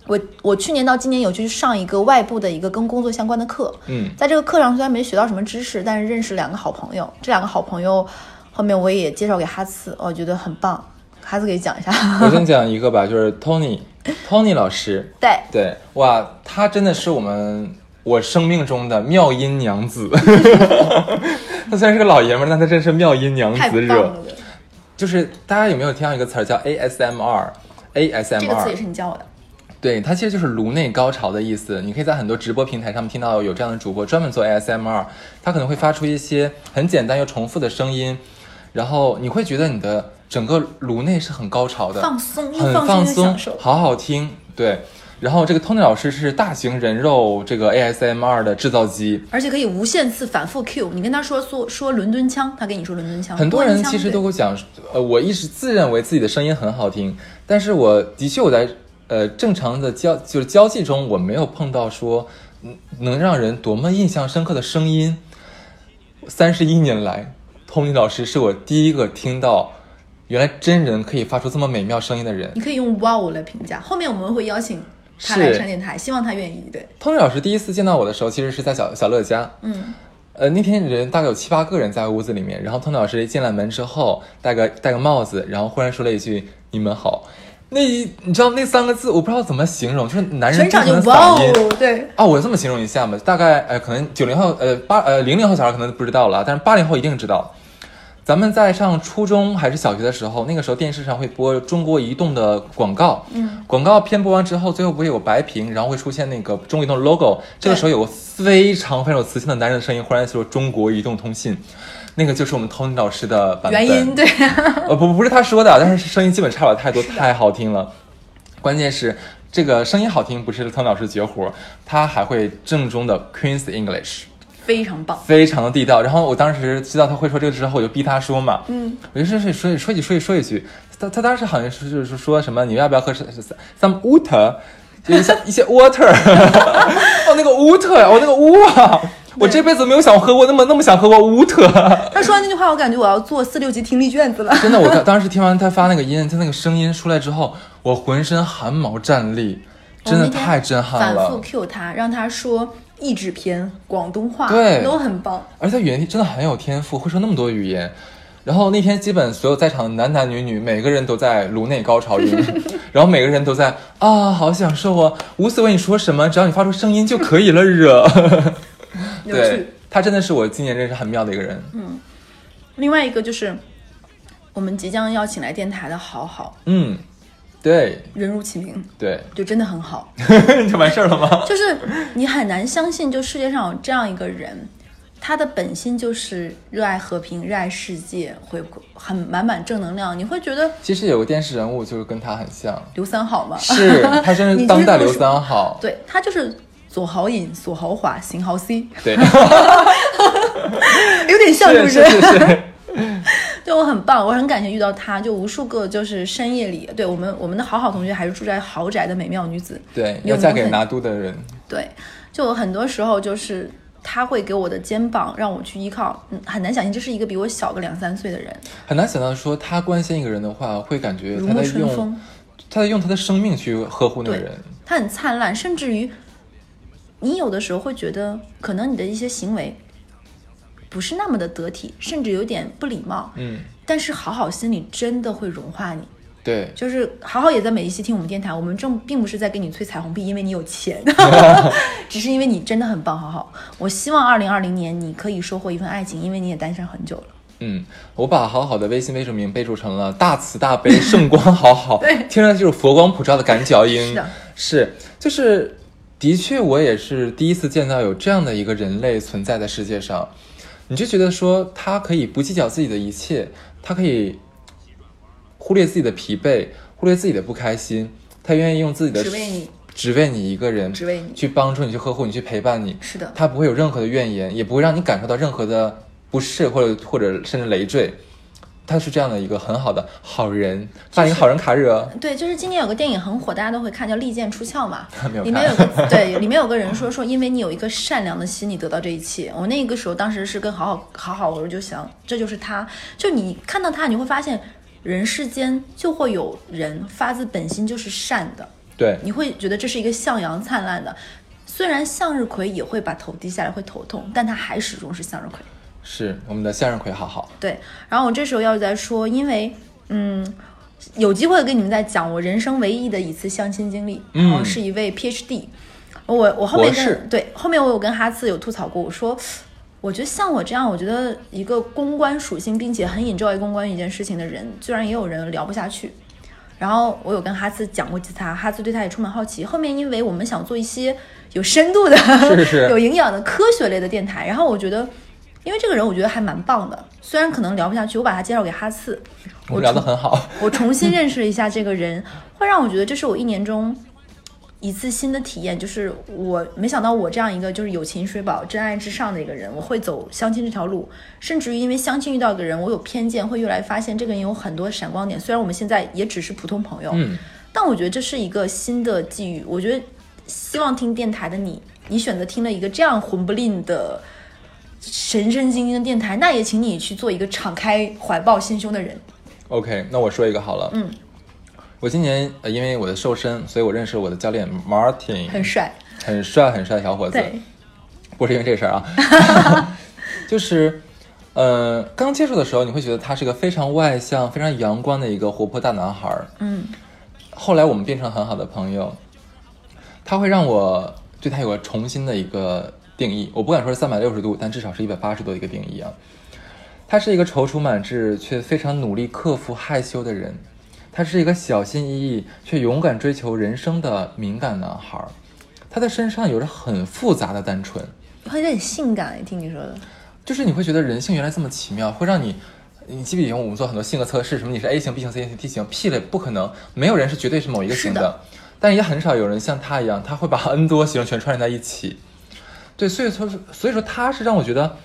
Speaker 2: 我我去年到今年有去上一个外部的一个跟工作相关的课，
Speaker 1: 嗯，
Speaker 2: 在这个课上虽然没学到什么知识，但是认识两个好朋友。这两个好朋友后面我也介绍给哈次，哦我觉得很棒。哈次可以讲一下。
Speaker 1: 我先讲一个吧，就是 Tony，Tony 老师，
Speaker 2: 对，
Speaker 1: 对，哇，她真的是我们我生命中的妙音娘 子。她虽然是个老爷们儿，但她真是妙音娘
Speaker 2: 太
Speaker 1: 子
Speaker 2: 棒
Speaker 1: 惹
Speaker 2: 了。。
Speaker 1: 就是大家有没有听到一个词儿叫 ASMR？ASMR
Speaker 2: 这个词也是你教我的。
Speaker 1: 对，它其实就是颅内高潮的意思。你可以在很多直播平台上面听到有这样的主播专门做 ASMR，他可能会发出一些很简单又重复的声音，然后你会觉得你的整个颅内是很高潮的，
Speaker 2: 放松又
Speaker 1: 很
Speaker 2: 放松
Speaker 1: 放
Speaker 2: 又
Speaker 1: 松
Speaker 2: 享受，
Speaker 1: 好好听。对，然后这个 Tony 老师是大型人肉这个 ASMR 的制造机。
Speaker 2: 而且可以无限次反复 Q，你跟他说说说伦敦腔，他跟你说伦敦腔。
Speaker 1: 很多
Speaker 2: 波音
Speaker 1: 人
Speaker 2: 腔
Speaker 1: 其实都
Speaker 2: 对
Speaker 1: 会讲，呃，我一直自认为自己的声音很好听，但是我的确我在呃正常的交就是交际中，我没有碰到说嗯能让人多么印象深刻的声音。三十一年来，Tony 老师是我第一个听到原来真人可以发出这么美妙声音的人。
Speaker 2: 你可以用 wow 来评价。后面我们会邀请他
Speaker 1: 是
Speaker 2: 来上电台，希望他愿意。对，
Speaker 1: Tony 老师第一次见到我的时候，其实是在小小乐家，
Speaker 2: 嗯，
Speaker 1: 呃，那天人大概有七八个人在屋子里面，然后 Tony 老师一进来门之后，戴个戴个帽子，然后忽然说了一句“你们好”，那一你知道那三个字我不知道怎么形容，就是男人
Speaker 2: 全场就
Speaker 1: 真诚的
Speaker 2: 哇
Speaker 1: 嗓音。
Speaker 2: 哦，对，
Speaker 1: 啊，我这么形容一下吧，大概呃，可能九零后呃八呃零零后小孩可能不知道了，啊但是八零后一定知道。咱们在上初中还是小学的时候，那个时候电视上会播中国移动的广告，
Speaker 2: 嗯，
Speaker 1: 广告片播完之后，最后不会有白屏，然后会出现那个中国移动 logo。这个时候有个非常非常有磁性的男人的声音，忽然说中国移动通信，那个就是我们 Tony 老师的版本。
Speaker 2: 原因对，
Speaker 1: 呃，不，不是他说的，但是声音基本差不了太多，太好听了。关键是这个声音好听，不是汤老师绝活，他还会正宗的 Queen's English，
Speaker 2: 非常棒。
Speaker 1: 非常的地道。然后我当时知道他会说这个之后，我就逼他说嘛，
Speaker 2: 嗯，
Speaker 1: 我就说说说说一句说一说一句，他他当时好像是就是说什么你要不要喝 some some water，就一些一些 water，哦那个 water，哦那个 water，我这辈子没有想喝过那么那么想喝过 water。
Speaker 2: 他说完那句话，我感觉我要做四六级听力卷子了。
Speaker 1: 真的，我当当时听完他发那个音，他那个声音出来之后，我浑身汗毛站立， 真的
Speaker 2: 我那天
Speaker 1: 太震撼
Speaker 2: 反复
Speaker 1: 了。
Speaker 2: Q 他，让他说译制片、广东话，
Speaker 1: 对
Speaker 2: 都很棒。
Speaker 1: 而且他语言真的很有天赋，会说那么多语言。然后那天基本所有在场的男男女女，每个人都在颅内高 潮晕，然后每个人都在啊，好享受啊，无所谓你说什么，只要你发出声音就可以了，惹。
Speaker 2: 有趣嗯
Speaker 1: 对。，他真的是我今年认识很妙的一个人。
Speaker 2: 另外一个就是，我们即将要请来电台的好好，
Speaker 1: 嗯，对
Speaker 2: 人如其名，
Speaker 1: 对，
Speaker 2: 就真的 很好。
Speaker 1: 就完事儿了吗？
Speaker 2: 就是你很难相信，就世界上有这样一个人，他的本心就是热爱和平、热爱世界，回很满满正能量。你会觉得
Speaker 1: 其实有个电视人物就是跟他很像，
Speaker 2: 刘三好嘛，
Speaker 1: 是他真
Speaker 2: 你
Speaker 1: 是
Speaker 2: 这
Speaker 1: 当代
Speaker 2: 个
Speaker 1: 刘
Speaker 2: 是
Speaker 1: 三好，
Speaker 2: 对他就是左豪饮、左豪华、邢豪 C，
Speaker 1: 对，
Speaker 2: 有点像，不
Speaker 1: 是 是是是，
Speaker 2: 对我很棒，我很感谢遇到他，就无数个就是深夜里，对我们我们的好好同学还是住在豪宅的美妙女子，
Speaker 1: 对，
Speaker 2: 有
Speaker 1: 要嫁
Speaker 2: 没有
Speaker 1: 给
Speaker 2: 很
Speaker 1: 拿督的人，
Speaker 2: 对，就我很多时候就是他会给我的肩膀让我去依靠，嗯，很难想象这是一个比我小个两三岁的人，
Speaker 1: 很难想到说他关心一个人的话，会感觉
Speaker 2: 如
Speaker 1: 他在
Speaker 2: 沐春
Speaker 1: 用
Speaker 2: 风，
Speaker 1: 他在用他的生命去呵护那个
Speaker 2: 对
Speaker 1: 人，，
Speaker 2: 他很灿烂，甚至于你有的时候会觉得，可能你的一些行为不是那么的得体，甚至有点不礼貌，
Speaker 1: 嗯，
Speaker 2: 但是好好心里真的会融化你。
Speaker 1: 对，
Speaker 2: 就是好好也在每一期听我们电台，我们正并不是在给你吹彩虹屁，因为你有钱， 只是因为你真的很棒，好好。我希望二零二零年你可以收获一份爱情，因为你也单身很久了。
Speaker 1: 嗯，我把好好的微信微署名备注成了“大慈大悲圣光好好”，
Speaker 2: 对
Speaker 1: 听着就是佛光普照的赶脚音。
Speaker 2: 是的
Speaker 1: 是就是，的确，我也是第一次见到有这样的一个人类存在在世界上，你就觉得说他可以不计较自己的一切，他可以忽略自己的疲惫，忽略自己的不开心，他愿意用自己的
Speaker 2: 只为你，
Speaker 1: 只为你一个人，
Speaker 2: 只为你
Speaker 1: 去帮助你，去呵护你，去陪伴你。
Speaker 2: 是的，
Speaker 1: 他不会有任何的怨言，也不会让你感受到任何的不适或者或者甚至累赘。他是这样的一个很好的好人，扮演好人卡惹。
Speaker 2: 对，就是今年有个电影很火，大家都会看，叫《利剑出鞘》嘛
Speaker 1: 没有。
Speaker 2: 里面有个对，里面有个人说说，因为你有一个善良的心，你得到这一切。我那个时候当时是跟好好好好，我就想，这就是他。就你看到他，你会发现，人世间就会有人发自本心就是善的。
Speaker 1: 对，
Speaker 2: 你会觉得这是一个向阳灿烂的。虽然向日葵也会把头低下来，会头痛，但它还始终是向日葵。
Speaker 1: 是我们的向日葵，好好。
Speaker 2: 对，然后我这时候要再说，因为嗯，有机会跟你们再讲我人生唯一的一次相亲经历，
Speaker 1: 嗯
Speaker 2: 然后是一位 PhD。我我后
Speaker 1: 博
Speaker 2: 面
Speaker 1: 士
Speaker 2: 跟对后面我有跟哈次有吐槽过，我说。我觉得像我这样，我觉得一个公关属性，并且很 enjoy 公关一件事情的人，居然也有人聊不下去。然后我有跟哈斯讲过几次他，哈斯对他也充满好奇。后面因为我们想做一些有深度的、
Speaker 1: 是是
Speaker 2: 有营养的科学类的电台，然后我觉得，因为这个人我觉得还蛮棒的，虽然可能聊不下去，我把他介绍给哈斯，
Speaker 1: 我们聊得很好。
Speaker 2: 我重新认识了一下这个人，会让我觉得这是我一年中一次新的体验，就是我没想到我这样一个就是友情水饱、真爱至上的一个人，我会走相亲这条路，甚至于因为相亲遇到一个人，我有偏见，会越来发现这个人有很多闪光点。虽然我们现在也只是普通朋友，
Speaker 1: 嗯，
Speaker 2: 但我觉得这是一个新的际遇。我觉得希望听电台的你，你选择听了一个这样混不吝的。神神经经的电台，那也请你去做一个敞开怀抱心胸的人。
Speaker 1: OK，那我说一个好了。
Speaker 2: 嗯，
Speaker 1: 我今年呃因为我的瘦身，所以我认识我的教练 Martin，
Speaker 2: 很帅，
Speaker 1: 很帅很帅的小伙子。
Speaker 2: 对，
Speaker 1: 不是因为这事儿啊， 就是，呃，刚接触的时候，你会觉得他是个非常外向、非常阳光的一个活泼大男孩儿。
Speaker 2: 嗯，
Speaker 1: 后来我们变成很好的朋友，他会让我对他有个重新的一个定义。我不敢说是三百六十度，但至少是一百八十度的一个定义啊。他是一个踌躇满志却非常努力克服害羞的人，他是一个小心翼翼却勇敢追求人生的敏感男孩儿。他的身上有着很复杂的单纯，
Speaker 2: 有点性感，听你说的，
Speaker 1: 就是你会觉得人性原来这么奇妙，会让你，你记不记得我们做很多性格测试，什么你是 A 型、B 型、C 型、D 型，P 类不可能，没有人是绝对是某一个型
Speaker 2: 是的
Speaker 1: 但也很少有人像他一样，他会把 N 多型全串联在一起。对，所以说，所以说他是让我觉得，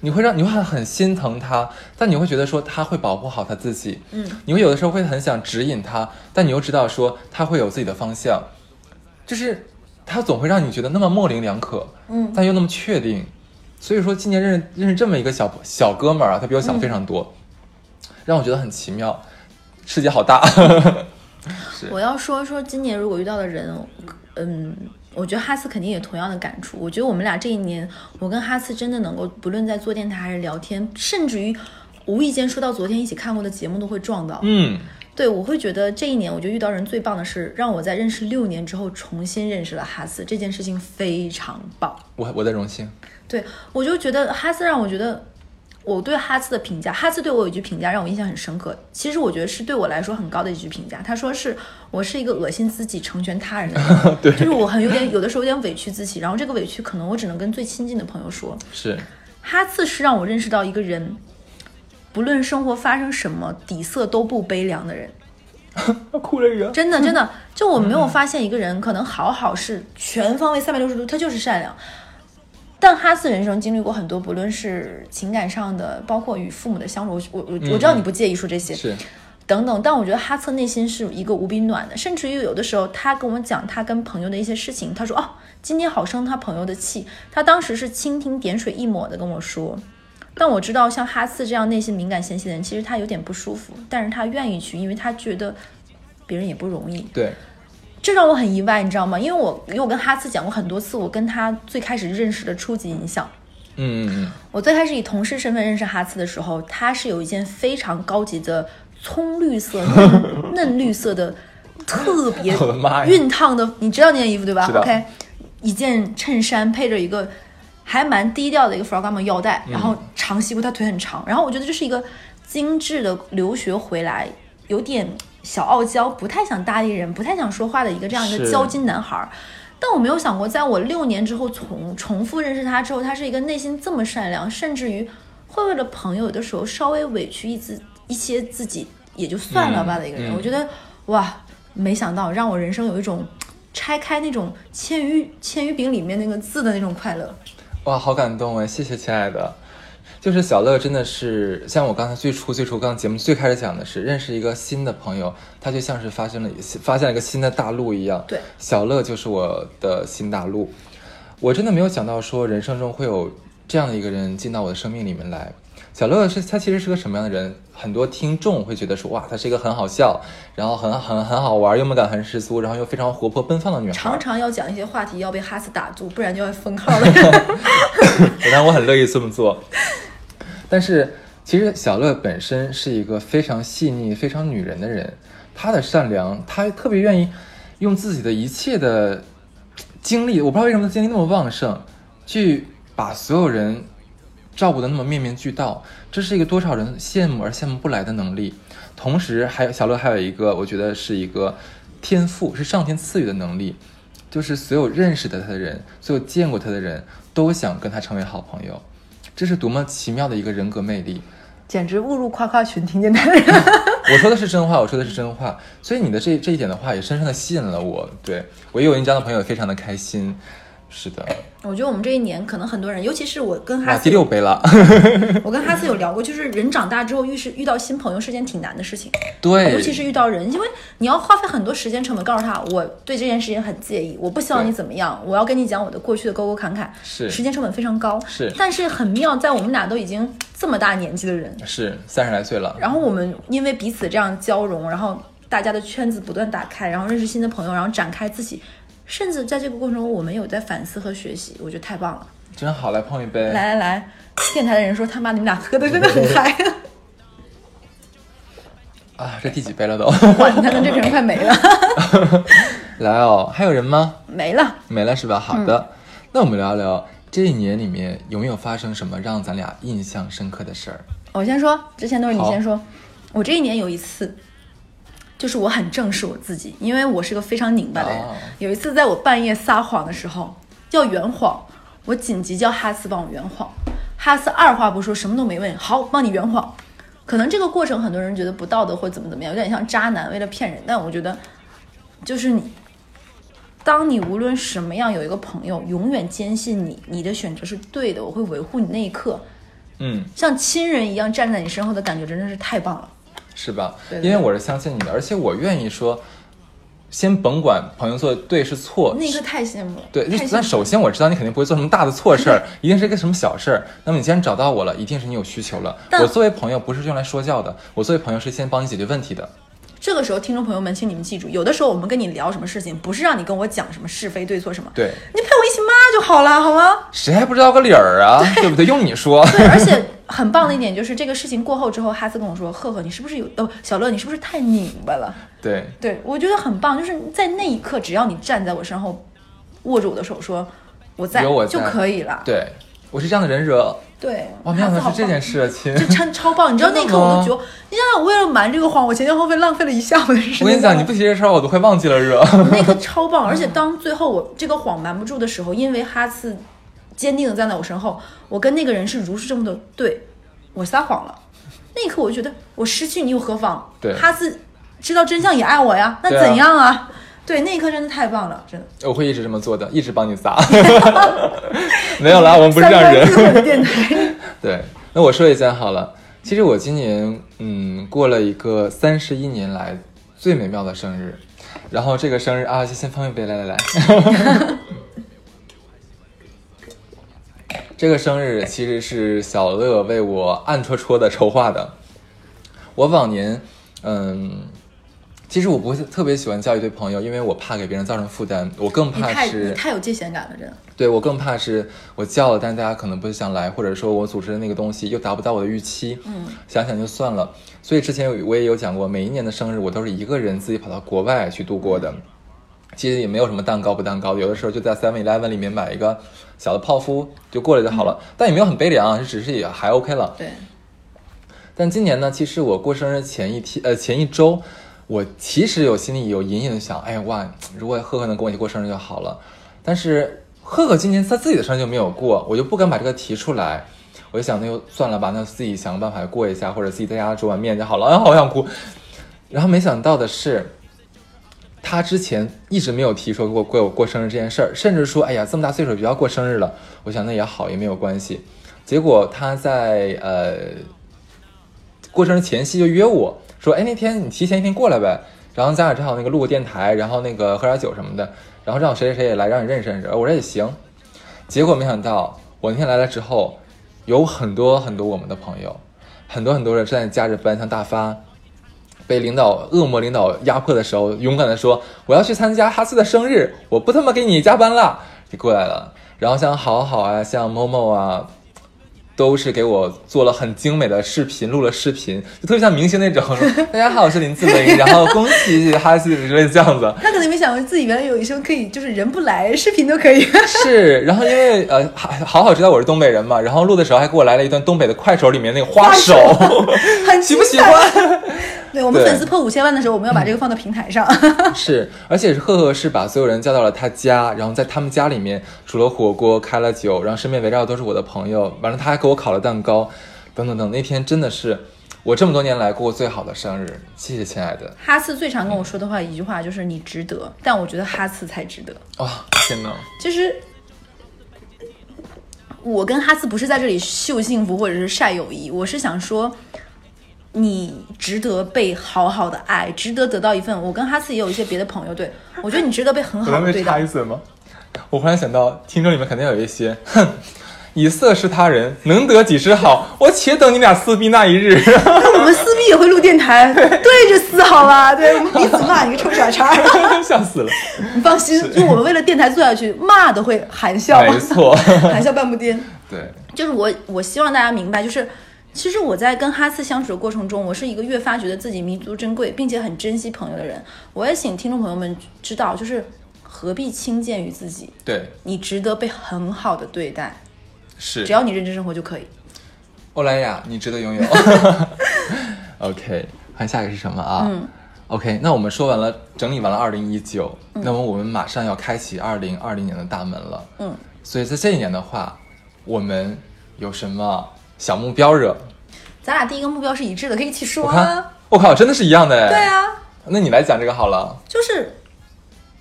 Speaker 1: 你会让你会很很心疼他，但你会觉得说他会保护好他自己，
Speaker 2: 嗯，
Speaker 1: 你会有的时候会很想指引他，但你又知道说他会有自己的方向，就是他总会让你觉得那么模棱两可，
Speaker 2: 嗯
Speaker 1: 但又那么确定。所以说今年认识认识这么一个小小哥们儿啊，他比我小非常多，让我觉得很奇妙，世界好大。
Speaker 2: 我要说说今年如果遇到的人，嗯，我觉得哈斯肯定也同样的感触。我觉得我们俩这一年，我跟哈斯真的能够，不论在做电台还是聊天，甚至于无意间说到昨天一起看过的节目，都会撞到。
Speaker 1: 嗯，
Speaker 2: 对，我会觉得这一年，我觉得遇到人最棒的是，让我在认识六年之后重新认识了哈斯，这件事情非常棒。
Speaker 1: 我我的荣幸。
Speaker 2: 对，我就觉得哈斯让我觉得，我对哈斯的评价，哈斯对我有一句评价让我印象很深刻。其实我觉得是对我来说很高的一句评价。他说是我是一个恶心自己、成全他人的人，就是我很有点有的时候有点委屈自己，然后这个委屈可能我只能跟最亲近的朋友说。
Speaker 1: 是，
Speaker 2: 哈次是让我认识到一个人，不论生活发生什么，底色都不悲凉的人。
Speaker 1: 哭了人，
Speaker 2: 真的真的，就我没有发现一个人可能好好是全方位三百六十度，他就是善良。但哈斯人生经历过很多，不论是情感上的，包括与父母的相处，我我我我知道你不介意说这些，
Speaker 1: 是
Speaker 2: 等等。但我觉得哈策内心是一个无比暖的，甚至于有的时候他跟我讲他跟朋友的一些事情，他说哦，今天好生他朋友的气，他当时是蜻蜓点水一抹的跟我说。但我知道像哈次这样内心敏感纤细的人，其实他有点不舒服，但是他愿意去，因为他觉得别人也不容易。
Speaker 1: 对，
Speaker 2: 这让我很意外，你知道吗？因为我因为我跟哈斯讲过很多次，我跟他最开始认识的初级印象。
Speaker 1: 嗯嗯嗯，
Speaker 2: 我最开始以同事身份认识哈斯的时候，他是有一件非常高级的葱绿色、 嫩嫩绿色的特别
Speaker 1: 我的妈呀
Speaker 2: 熨烫的，你知道那件衣服对吧
Speaker 1: 知道
Speaker 2: ？OK，一件衬衫配着一个还蛮低调的一个 Ferragamo 腰带，然
Speaker 1: 嗯
Speaker 2: 后长西裤，他腿很长，然后我觉得这是一个精致的留学回来，有点小傲娇，不太想搭理人，不太想说话的一个这样一
Speaker 1: 是
Speaker 2: 个交际男孩儿。但我没有想过，在我六年之后重重复认识他之后，他是一个内心这么善良，甚至于会为了朋友有的时候稍微委屈一自一些自己也就算了吧
Speaker 1: 嗯
Speaker 2: 的一个人。
Speaker 1: 嗯
Speaker 2: 我觉得哇，没想到让我人生有一种拆开那种千鱼千鱼饼里面那个字的那种快乐。
Speaker 1: 哇，好感动哎，谢谢亲爱的。就是小乐真的是像我刚才最初最初刚节目最开始讲的是认识一个新的朋友，他就像是发生了发现了一个新的大陆一样。
Speaker 2: 对
Speaker 1: 小乐就是我的新大陆。我真的没有想到说人生中会有这样的一个人进到我的生命里面来。小乐是他其实是个什么样的人？很多听众会觉得说哇，她是一个很好笑，然后很很很好玩，幽默感很十足，然后又非常活泼奔放的女孩。
Speaker 2: 常常要讲一些话题要被哈斯打住，不然就要封号了。
Speaker 1: 当然我很乐意这么做。但是其实小乐本身是一个非常细腻、非常女人的人，她的善良，她特别愿意用自己的一切的精力，我不知道为什么精力那么旺盛，去把所有人照顾的那么面面俱到，这是一个多少人羡慕而羡慕不来的能力。同时还有小乐还有一个，我觉得是一个天赋，是上天赐予的能力，就是所有认识的他的人，所有见过他的人都想跟他成为好朋友，这是多么奇妙的一个人格魅力。
Speaker 2: 简直误入夸夸群，听 见他人。
Speaker 1: 我说的是真话，我说的是真话，所以你的这这一点的话也深深的吸引了我。对我也有印章的朋友，非常的开心。是的，
Speaker 2: 我觉得我们这一年可能很多人，尤其是我跟
Speaker 1: 哇，
Speaker 2: 哈斯
Speaker 1: 啊第，六杯了，
Speaker 2: 我跟哈斯有聊过，就是人长大之后遇是遇到新朋友是件挺难的事情，
Speaker 1: 对，
Speaker 2: 尤其是遇到人，因为你要花费很多时间成本告诉他，我对这件事情很介意，我不希望你
Speaker 1: 对
Speaker 2: 怎么样，我要跟你讲我的过去的沟沟坎坎，
Speaker 1: 是
Speaker 2: 时间成本非常高，
Speaker 1: 是
Speaker 2: 但是很妙，在我们俩都已经这么大年纪的人，
Speaker 1: 是三十来岁了，
Speaker 2: 然后我们因为彼此这样交融，然后大家的圈子不断打开，然后认识新的朋友，然后展开自己，甚至在这个过程中，我们有在反思和学习，我觉得太棒了。
Speaker 1: 真好，来碰一杯。
Speaker 2: 来来来，电台的人说他妈你们俩喝的真的很嗨，
Speaker 1: 啊，这第几杯了都？
Speaker 2: 管他呢，这瓶快没了，
Speaker 1: 来哦，还有人吗？
Speaker 2: 没了。
Speaker 1: 没了是吧？好的，
Speaker 2: 嗯
Speaker 1: 那我们聊聊这一年里面有没有发生什么让咱俩印象深刻的事儿？
Speaker 2: 我哦先说，之前都是你
Speaker 1: 好
Speaker 2: 先说。我这一年有一次，就是我很正视我自己，因为我是个非常拧巴的人。
Speaker 1: 哦
Speaker 2: 有一次，在我半夜撒谎的时候，要圆谎，我紧急叫哈斯帮我圆谎，哈斯二话不说，什么都没问，好，帮你圆谎。可能这个过程很多人觉得不道德或怎么怎么样，有点像渣男为了骗人，但我觉得，就是你，当你无论什么样有一个朋友，永远坚信你你的选择是对的，我会维护你那一刻，
Speaker 1: 嗯，
Speaker 2: 像亲人一样站在你身后的感觉，真的是太棒了。
Speaker 1: 是吧？
Speaker 2: 对对
Speaker 1: 因为我是相信你的，而且我愿意说，先甭管朋友做的对是错，
Speaker 2: 那一刻太羡慕了，
Speaker 1: 对，
Speaker 2: 太
Speaker 1: 那
Speaker 2: 羡
Speaker 1: 那
Speaker 2: 慕了。
Speaker 1: 首先我知道你肯定不会做什么大的错事 儿，一定是一个什么小事儿。那么你既然找到我了，一定是你有需求了。
Speaker 2: 但
Speaker 1: 我作为朋友不是用来说教的，我作为朋友是先帮你解决问 题的。
Speaker 2: 这个时候，听众朋友们，请你们记住，有的时候我们跟你聊什么事情，不是让你跟我讲什么是非对错什么，
Speaker 1: 对，
Speaker 2: 你陪我一起骂就好了，好吗？
Speaker 1: 谁还不知道个理儿啊？对不对？用你说，
Speaker 2: 对，而且 很棒的一点就是，这个事情过后之后，哈斯跟我说：“赫赫，你是不是有……呃，小乐，你是不是太拧巴了
Speaker 1: 对，？”
Speaker 2: 对我觉得很棒，就是在那一刻，只要你站在我身后，握住我的手说“我在”，
Speaker 1: 有我在
Speaker 2: 就可以了。
Speaker 1: 对，我是这样的人惹。
Speaker 2: 对，
Speaker 1: 哇，哦没想
Speaker 2: 哈斯
Speaker 1: 到
Speaker 2: 好
Speaker 1: 是这
Speaker 2: 棒
Speaker 1: 件事啊情。
Speaker 2: 就超超棒！你知道那一刻我都
Speaker 1: 真的
Speaker 2: 觉得，你想想，我为了瞒这个谎，我前前后后浪费了一下午的时间。
Speaker 1: 我跟你讲， 你不提这事儿，我都快忘记了惹。
Speaker 2: 那个超棒！而且当最后我这个谎瞒不住的时候，因为哈次坚定的站在我身后，我跟那个人是如释重负的，对我撒谎了。那一刻我就觉得我失去你又何妨？
Speaker 1: 对
Speaker 2: 哈斯知道真相也爱我呀，那
Speaker 1: 对啊
Speaker 2: 怎样啊？对，那一刻真的太棒了，真的。
Speaker 1: 我会一直这么做的，一直帮你 撒。 没有啦，我们不是这样
Speaker 2: 三观自
Speaker 1: 人。
Speaker 2: 由的 电台，
Speaker 1: 对，那我说一下好了。其实我今年，嗯，过了一个三十一年来最美妙的生日。然后这个生日啊，先先放一杯，来来 来。这个生日其实是小乐为我暗戳戳的筹划的。我往年，嗯，其实我不是特别喜欢交一堆朋友，因为我怕给别人造成负担，我更
Speaker 2: 你
Speaker 1: 怕
Speaker 2: 太
Speaker 1: 是
Speaker 2: 你太有界限感了，真的。
Speaker 1: 对我更怕是我叫了，但是大家可能不想来，或者说我组织的那个东西又达不到我的预期，
Speaker 2: 嗯，
Speaker 1: 想想就算了。所以之前有我也有讲过，每一年的生日我都是一个人自己跑到国外去度过的。其实也没有什么蛋糕不蛋糕的，有的时候就在 Seven Eleven 里面买一个小的泡芙就过来就好了，但也没有很悲凉，啊只是也还 OK 了。
Speaker 2: 对，
Speaker 1: 但今年呢，其实我过生日前一天，呃，前一周，我其实有心里有隐隐的想，哎哇，如果赫赫能跟我一起过生日就好了。但是赫赫今年他自己的生日就没有过，我就不敢把这个提出来。我就想，那就算了吧，那自己想个办法过一下，或者自己在家煮碗面就好了。哎，好想哭。然后没想到的是，他之前一直没有提说过过过生日这件事儿，甚至说，哎呀，这么大岁数不要过生日了。我想那也好，也没有关系。结果他在呃过生日前夕就约我说，哎，那天你提前一天过来呗。然后咱俩正好那个录个电台，然后那个喝点酒什么的，然后让谁谁谁也来，让你认识认识。我说也行。结果没想到我那天来了之后，有很多很多我们的朋友，很多很多人正在加着班，像大发，被领导恶魔领导压迫的时候，勇敢的说：“我要去参加哈斯的生日，我不他妈给你加班了。”你过来了，然后像好好啊，像某某啊，都是给我做了很精美的视频，录了视频，就特别像明星那种。说大家好，我是林志玲，然后恭喜哈斯之类的这样子。
Speaker 2: 他可能没想过自己原来有一生可以，就是人不来，视频都可以。
Speaker 1: 是，然后因为呃，好好好知道我是东北人嘛，然后录的时候还给我来了一段东北的快手里面那个花手，
Speaker 2: 很
Speaker 1: 喜
Speaker 2: 精
Speaker 1: 不喜
Speaker 2: 彩
Speaker 1: 欢？
Speaker 2: 对我们
Speaker 1: 对
Speaker 2: 粉丝破五千万的时候，我们要把这个放到平台上。
Speaker 1: 是，而且是赫赫是把所有人叫到了他家，然后在他们家里面，煮了火锅，开了酒，然后身边围绕的都是我的朋友，完了他还给我烤了蛋糕，等等等。那天真的是我这么多年来过最好的生日，谢谢亲爱的
Speaker 2: 哈次最常跟我说的话一句话就是“你值得”，但我觉得哈次才值得。
Speaker 1: 啊、天哪！
Speaker 2: 就是我跟哈斯不是在这里秀幸福或者是晒友谊，我是想说，你值得被好好的爱，值得得到一份。我跟哈斯也有一些别的朋友，对我觉得你值得被很
Speaker 1: 我
Speaker 2: 好
Speaker 1: 能
Speaker 2: 的
Speaker 1: 被
Speaker 2: 对
Speaker 1: 插
Speaker 2: 待
Speaker 1: 一。嘴吗？我忽然想到，听众里面肯定有一些，哼，以色侍他人，能得几时好？我且等你俩撕逼那一日。
Speaker 2: 那我们撕逼也会录电台，对着撕好吧？啊对，我们彼此骂你个臭啊傻叉，
Speaker 1: 笑死了，
Speaker 2: 你 放心，就我们为了电台做下去，骂都会含笑，
Speaker 1: 没错
Speaker 2: 含笑半步癫。
Speaker 1: 对，
Speaker 2: 就是我，我希望大家明白，就是其实我在跟哈次相处的过程中，我是一个越发觉得自己弥足珍贵，并且很珍惜朋友的人。我也请听众朋友们知道，就是何必轻贱于自己，
Speaker 1: 对，
Speaker 2: 你值得被很好的对待，
Speaker 1: 是。
Speaker 2: 只要你认真生活就可以。
Speaker 1: 欧莱雅，你值得 拥有。OK，看下一个是什么啊？
Speaker 2: 嗯
Speaker 1: OK，那我们说完了，整理完了2019，那么我们马上要开启2020年的大门了。
Speaker 2: 嗯，
Speaker 1: 所以在这一年的话，我们有什么小目标惹？
Speaker 2: 咱俩第一个目标是一致的，可以一起说
Speaker 1: 我看
Speaker 2: 啊。，
Speaker 1: 我靠，真的是一样的哎。
Speaker 2: 对。啊，
Speaker 1: 那你来讲这个好了，
Speaker 2: 就是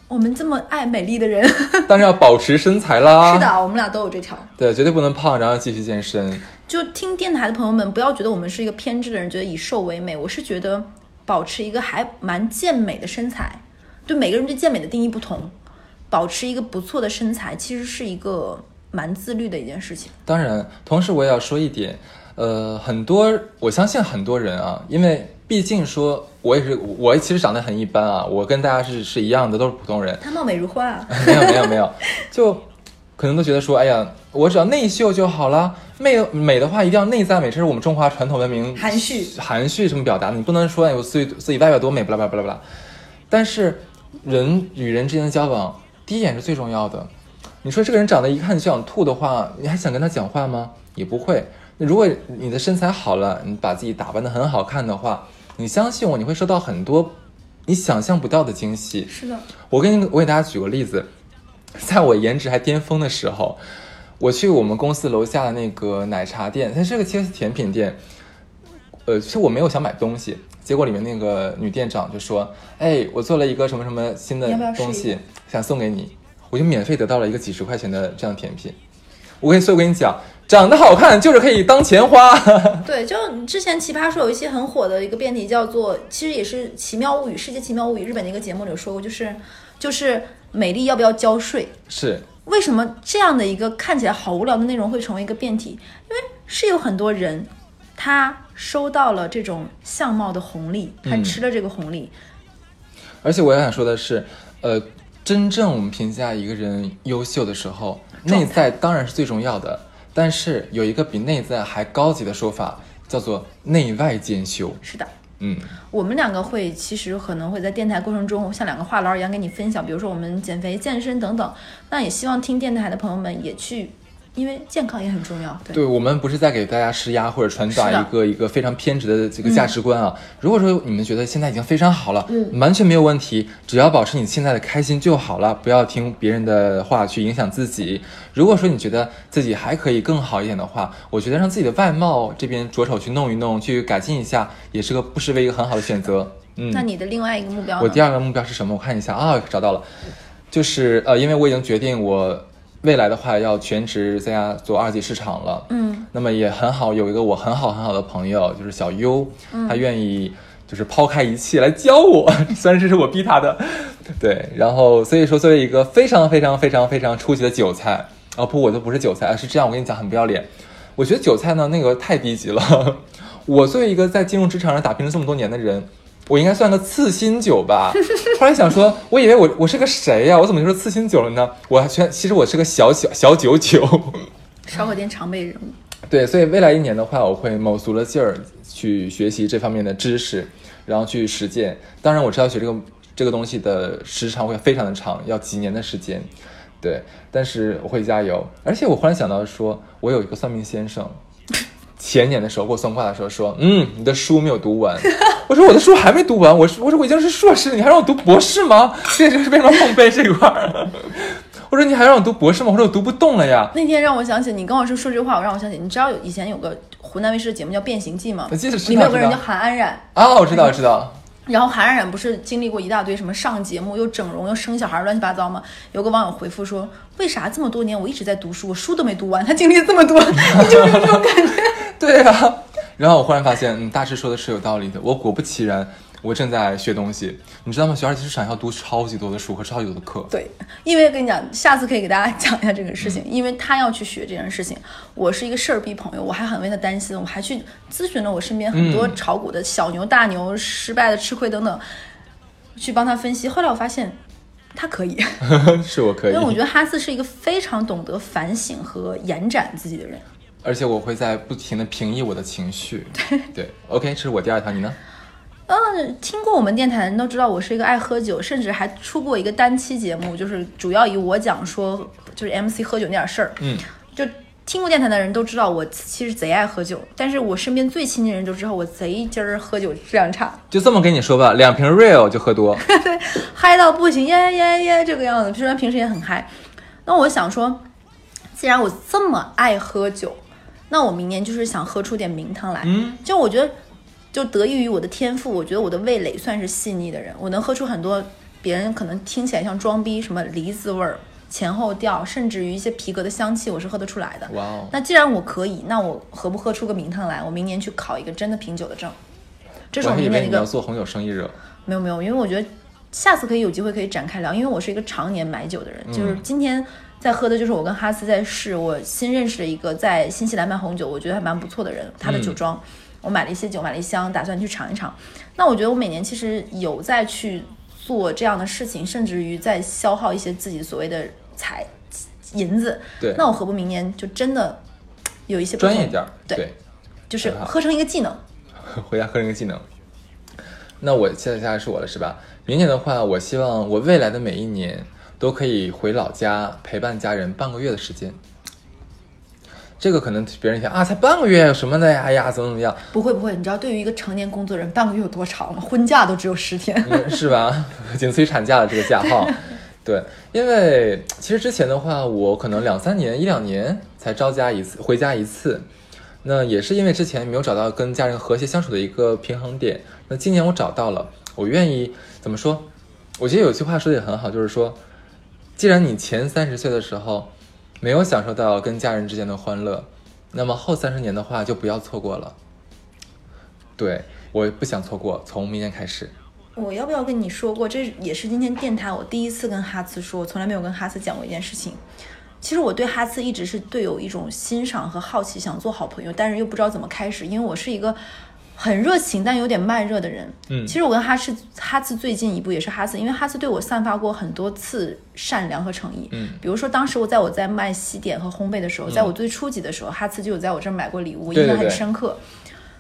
Speaker 2: 我们这么爱美丽的人，是
Speaker 1: 当然要保持身材 啦。
Speaker 2: 的，。我们俩都有这条。
Speaker 1: 对，绝对不能胖，然后继续健身。
Speaker 2: 就听电台的朋友们，不要觉得我们是一个偏执的人，觉得以瘦为美。我是觉得保持一个还蛮健美的身材，对每个人对健美的定义不同，保持一个不错的身材，其实是一个蛮自律的一件事情。
Speaker 1: 当然，同时我也要说一点，呃，很多我相信很多人啊，因为毕竟说我也是我其实长得很一般啊，我跟大家是是一样的，都是普通人，
Speaker 2: 她貌美如花啊，
Speaker 1: 没有没有没有， 就可能都觉得说，哎呀，我只要内秀就好啦，美美的话一定要内在美，这是我们中华传统文明
Speaker 2: 含蓄
Speaker 1: 含蓄什么表达的，你不能说哎我自己自己外表多美，巴拉巴拉巴拉巴拉。但是人与人之间的交往，第一眼是最重要的。你说这个人长得一看就想吐的话，你还想跟他讲话吗？也不会。那如果你的身材好了，你把自己打扮得很好看的话，你相信我，你会收到很多你想象不到的惊喜。
Speaker 2: 是的，
Speaker 1: 我跟你我给大家举个例子，在我颜值还巅峰的时候，我去我们公司楼下的那个奶茶店，它是个其实是甜品店，呃，其实我没有想买东西，结果里面那个女店长就说：“哎，我做了一个什么什么新的
Speaker 2: 你要不要试
Speaker 1: 东
Speaker 2: 一
Speaker 1: 西
Speaker 2: 下，
Speaker 1: 想送给你。”我就免费得到了一个几十块钱的这样甜品。我跟你说，我跟你讲，长得好看就是可以当钱花。
Speaker 2: 对，就你之前《奇葩说》有一期很火的一个辩题，叫做其实也是《奇妙物语》世界奇妙物语日本的一个节目里有说过，就是就是美丽要不要交税？
Speaker 1: 是，
Speaker 2: 为什么这样的一个看起来好无聊的内容会成为一个辩题？因为是有很多人他收到了这种相貌的红利，他
Speaker 1: 嗯
Speaker 2: 吃了这个红利，
Speaker 1: 而且我也想说的是，呃，真正我们评价一个人优秀的时候，内在当然是最重要的，但是有一个比内在还高级的说法，叫做内外兼修。
Speaker 2: 是的。
Speaker 1: 嗯，
Speaker 2: 我们两个会，其实可能会在电台过程中像两个话痨一样跟你分享，比如说我们减肥、健身等等。那也希望听电台的朋友们也去，因为健康也很重要。对，
Speaker 1: 对，我们不是在给大家施压或者传达
Speaker 2: 是的嗯
Speaker 1: 一个一个非常偏执的这个价值观啊。如果说你们觉得现在已经非常好了，嗯，完全没有问题，只要保持你现在的开心就好了，不要听别人的话去影响自己。如果说你觉得自己还可以更好一点的话，我觉得让自己的外貌这边着手去弄一弄，去改进一下，也是个不失为一个很好的选择。嗯，
Speaker 2: 那你的另外一个目标呢？
Speaker 1: 我第二个目标是什么？我看一下啊，找到了，就是呃，因为我已经决定我未来的话要全职在家做二级市场了。
Speaker 2: 嗯，
Speaker 1: 那么也很好，有一个我很好很好的朋友，就是小优，他愿意就是抛开一切来教我， 虽然这是我逼他的， 对。然后所以说，作为一个非常非常非常非常初级的韭菜，哦不，我都不是韭菜，是这样，我跟你讲，很不要脸。我觉得韭菜呢，那个太低级了。 我作为一个在金融职场上打拼了这么多年的人，我应该算个次新韭吧。后来想说，我以为我我是个谁呀、我怎么就是次新韭了呢？我还全其实我是个小小小九九。
Speaker 2: 烧烤店常备人物。
Speaker 1: 对，所以未来一年的话，我会卯足了劲儿去学习这方面的知识，然后去实践。当然，我知道学这个这个东西的时长会非常的长，要几年的时间。对，但是我会加油。而且我忽然想到说，我有一个算命先生， 前年的时候给我算卦的时候说，嗯，你的书没有读完。我说我的书还没读完，我说我说我已经是硕士了，你还让我读博士吗？这就是为什么碰杯这一块儿。 我说你还让我读博士吗？我说我读不动了呀。
Speaker 2: 那天让我想起你跟我说说这话，我让我想起你知道有以前有个湖南卫视的节目叫《变形记》吗
Speaker 1: 我？记得知
Speaker 2: 里
Speaker 1: 道
Speaker 2: 面有个人
Speaker 1: 知
Speaker 2: 叫
Speaker 1: 道
Speaker 2: 韩安冉，
Speaker 1: 啊，我知道，我知道。
Speaker 2: 然后韩冉冉不是经历过一大堆什么上节目又整容又生小孩乱七八糟吗？有个网友回复说：“为啥这么多年我一直在读书，我书都没读完？他经历了这么多， 你就是有这种感觉。
Speaker 1: 对啊，然后我忽然发现，嗯，大师说的是有道理的。我果不其然，我正在学东西，你知道吗？学二级市场要读超级多的书和超级多的 课”。
Speaker 2: 对，因为跟你讲，下次可以给大家讲一下这个事情，
Speaker 1: 嗯
Speaker 2: 因为他要去学这件事情。我是一个事儿逼朋友，我还很为他担心，我还去咨询了我身边很多
Speaker 1: 嗯
Speaker 2: 炒股的小牛、大牛、失败的、吃亏等等，去帮他分析。后来我发现，他可以，
Speaker 1: 是我可以
Speaker 2: 因为，我觉得哈斯是一个非常懂得反省和延展自己的人。
Speaker 1: 而且我会在不停的平抑我的情绪。对，OK，这是我第二条，你呢？
Speaker 2: 嗯，听过我们电台的人都知道，我是一个爱喝酒，甚至还出过一个单期节目，就是主要以我讲说，就是 MC 喝酒那点事儿。
Speaker 1: 嗯，
Speaker 2: 就听过电台的人都知道，我其实贼爱喝酒，但是我身边最亲近的人都知道我贼今儿喝酒质量差，
Speaker 1: 就这么跟你说吧，两瓶 real 就喝 多。
Speaker 2: 嗨到不行，耶耶耶这个样子。虽然平时也很嗨，那我想说，既然我这么爱喝酒，那我明年就是想喝出点名堂来。
Speaker 1: 嗯，
Speaker 2: 就我觉得，就得益于我的天赋，我觉得我的味蕾算是细腻的人，我能喝出很多别人可能听起来像装逼什么梨子味儿、前后调，甚至于一些皮革的香气，我是喝得出来的。
Speaker 1: 哇哦，
Speaker 2: 那既然我可以，那我何不喝出个名堂来？我明年去考一个真的品酒的证，这是
Speaker 1: 我
Speaker 2: 我
Speaker 1: 还以
Speaker 2: 明年
Speaker 1: 为
Speaker 2: 的一
Speaker 1: 你
Speaker 2: 个
Speaker 1: 要做红酒生意热。
Speaker 2: 没有没有，因为我觉得下次可以有机会可以展开聊，因为我是一个常年买酒的
Speaker 1: 嗯
Speaker 2: 人，就是今天在喝的就是我跟哈斯在试我新认识的一个在新西兰卖红酒，我觉得还蛮不错的人，他
Speaker 1: 嗯
Speaker 2: 的酒庄。我买了一些酒，买了一箱，打算去尝一尝。那我觉得我每年其实有在去做这样的事情，甚至于在消耗一些自己所谓的财银子。
Speaker 1: 对
Speaker 2: 那我何不明年就真的有一些不
Speaker 1: 专业
Speaker 2: 同
Speaker 1: 点儿，
Speaker 2: 对，
Speaker 1: 对，
Speaker 2: 就是
Speaker 1: 很好
Speaker 2: 喝成一个技能。
Speaker 1: 回家喝这个技能。那我现在下来是我了，是吧？明年的话，我希望我未来的每一年都可以回老家陪伴家人半个月的时间。这个可能别人一想啊，才半个月有什么的呀？哎呀，怎么怎么样，
Speaker 2: 不会不会，你知道对于一个成年工作人，半个月有多长吗？婚假都只有十天。
Speaker 1: 嗯是吧？仅次于产假的这个假号。对，因为其实之前的话，我可能两三年、一两年才招家一次，回家一次。那也是因为之前没有找到跟家人和谐相处的一个平衡点。那今年我找到了，我愿意怎么说？我觉得有句话说的也很好，就是说，既然你前三十岁的时候没有享受到跟家人之间的欢乐，那么后三十年的话就不要错过了。对，我不想错过，从明年开始。
Speaker 2: 我要不要跟你说过？这也是今天电台我第一次跟哈茨说，我从来没有跟哈茨讲过一件事情。其实我对哈茨一直是对有一种欣赏和好奇，想做好朋友，但是又不知道怎么开始，因为我是一个很热情但有点慢热的人。
Speaker 1: 嗯
Speaker 2: 其实我跟哈茨哈茨最近一步也是哈茨，因为哈茨对我散发过很多次善良和诚意。
Speaker 1: 嗯
Speaker 2: 比如说当时我在我在卖西点和烘焙的时候，在我最初级的时候，哈茨就有在我这儿买过礼物，我
Speaker 1: 对
Speaker 2: 印象
Speaker 1: 对
Speaker 2: 很
Speaker 1: 对
Speaker 2: 深刻。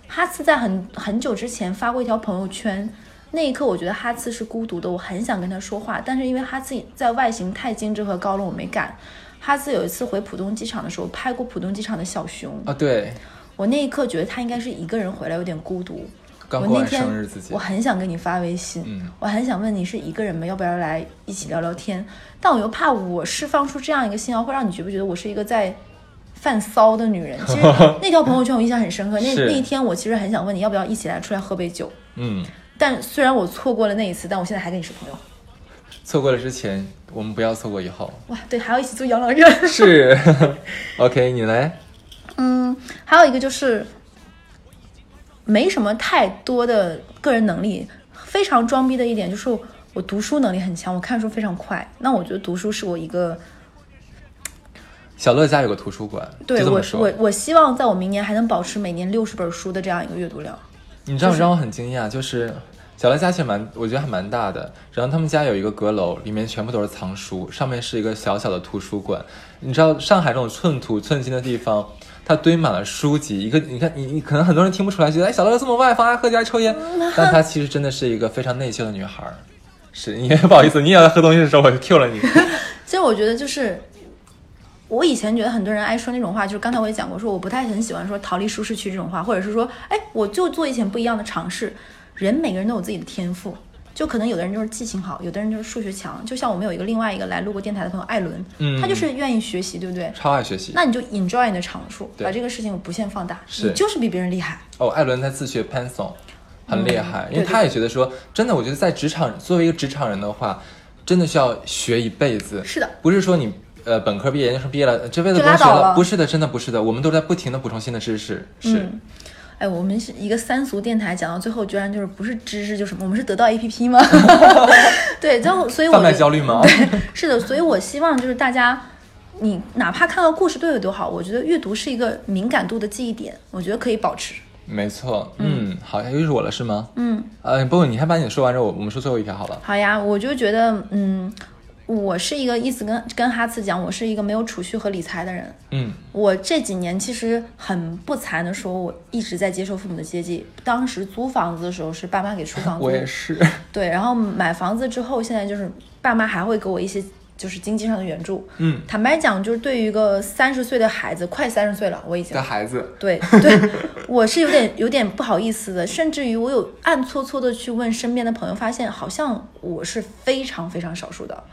Speaker 2: 哈茨在很很久之前发过一条朋友圈，那一刻我觉得哈茨是孤独的，我很想跟他说话，但是因为哈茨在外形太精致和高冷，我没敢。哈茨有一次回浦东机场的时候，拍过浦东机场的小熊，
Speaker 1: 啊，对，
Speaker 2: 我那一刻觉得他应该是一个人回来，有点孤独。
Speaker 1: 刚
Speaker 2: 我
Speaker 1: 过
Speaker 2: 那
Speaker 1: 完
Speaker 2: 天
Speaker 1: 生日自己
Speaker 2: 我，很想跟你发微信，
Speaker 1: 嗯
Speaker 2: 我很想问你是一个人吗？要不要来一起聊聊天？但我又怕我释放出这样一个信号，会让你觉不觉得我是一个在犯骚的女人？其 实那条朋友圈我印象很深刻，那
Speaker 1: 是
Speaker 2: 那一天我其实很想问你要不要一起来出来喝杯酒，
Speaker 1: 嗯，
Speaker 2: 但虽然我错过了那一次，但我现在还跟你是朋友。
Speaker 1: 错过了之前，我们不要错过以后。
Speaker 2: 哇，对，还要一起做养老院。
Speaker 1: 是 ，OK，你来，
Speaker 2: 嗯，还有一个就是没什么太多的个人能力，非常装逼的一点就是我读书能力很强，我看书非常快。那我觉得读书是我一个
Speaker 1: 小乐家有个图书馆，
Speaker 2: 对
Speaker 1: 就这
Speaker 2: 我
Speaker 1: 么说。
Speaker 2: 我我希望在我明年还能保持每年六十本书的这样一个阅读量。
Speaker 1: 你知道
Speaker 2: 就是
Speaker 1: 让我很惊讶，就是小乐家其实蛮，我觉得还蛮大的。然后他们家有一个阁楼，里面全部都是藏书，上面是一个小小的图书馆。你知道上海这种寸土寸金的地方，它堆满了书籍。一个你看，你你可能很多人听不出来，觉得哎，小乐这么外放，爱喝酒，爱抽烟，
Speaker 2: 嗯
Speaker 1: 但她其实真的是一个非常内秀的女孩儿。是你不好意思，你也在喝东西的时候我就 Q 了你。
Speaker 2: 其实我觉得就是。我以前觉得很多人爱说那种话，就是刚才我也讲过，说我不太很喜欢说逃离舒适区这种话，或者是说，哎，我就做一些不一样的尝试。人每个人都有自己的天赋，就可能有的人就是记性好，有的人就是数学强。就像我们有一个另外一个来录过电台的朋友艾伦，
Speaker 1: 嗯
Speaker 2: 他就是愿意学习，对不对？
Speaker 1: 超爱学习
Speaker 2: 那你就 enjoy 你的长处，
Speaker 1: 对
Speaker 2: 把这个事情不限放大，
Speaker 1: 是
Speaker 2: 你就是比别人厉害。
Speaker 1: 哦，艾伦他自学 pencil，很厉害，
Speaker 2: 嗯
Speaker 1: 因为
Speaker 2: 对对
Speaker 1: 他也觉得说，真的，我觉得在职场作为一个职场人的话，真的需要学一辈子。
Speaker 2: 是的，
Speaker 1: 不是说你呃本科毕业、研究生毕业了，这辈子
Speaker 2: 就
Speaker 1: 不用
Speaker 2: 拉
Speaker 1: 学
Speaker 2: 倒了
Speaker 1: 不是的，真的不是的，我们都在不停的补充新的知识。是，
Speaker 2: 嗯哎，我们是一个三俗电台，讲到最后居然就是不是知识就是什么，我们是得到 APP 吗？ 对，就所以我
Speaker 1: 贩卖
Speaker 2: 觉得
Speaker 1: 焦虑吗？
Speaker 2: 是的，所以我希望就是大家，你哪怕看到故事对有多好，我觉得阅读是一个敏感度的记忆点，我觉得可以保持。
Speaker 1: 没错，嗯，好像又是我了，是吗？
Speaker 2: 嗯，
Speaker 1: 呃，不过你还把你说完之后，我我们说最后一条好了。
Speaker 2: 好呀，我就觉得，嗯，我是一个一直跟跟哈茨讲，我是一个没有储蓄和理财的人。
Speaker 1: 嗯，
Speaker 2: 我这几年其实很不惭的说，我一直在接受父母的接济。当时租房子的时候是爸妈给出房租，
Speaker 1: 我也是。
Speaker 2: 对，然后买房子之后，现在就是爸妈还会给我一些就是经济上的援助。
Speaker 1: 嗯，
Speaker 2: 坦白讲，就是对于一个三十岁的孩子，快三十岁了，我已经
Speaker 1: 的孩子，
Speaker 2: 对对，我是有点有点不好意思的，甚至于我有暗搓搓的去问身边的朋友，发现好像我是非常非常少数的。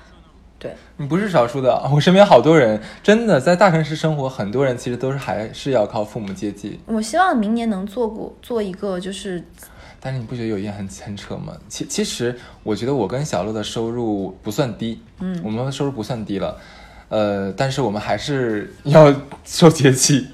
Speaker 2: 对，
Speaker 1: 你不是少数的，我身边好多人真的在大城市生活，很多人其实都是还是要靠父母接济。
Speaker 2: 我希望明年能做过做一个就是
Speaker 1: 但是你不觉得有一点很很扯吗？其其实我觉得我跟小乐的收入不算低，嗯，我们的收入不算低了，呃，但是我们还是要受节气。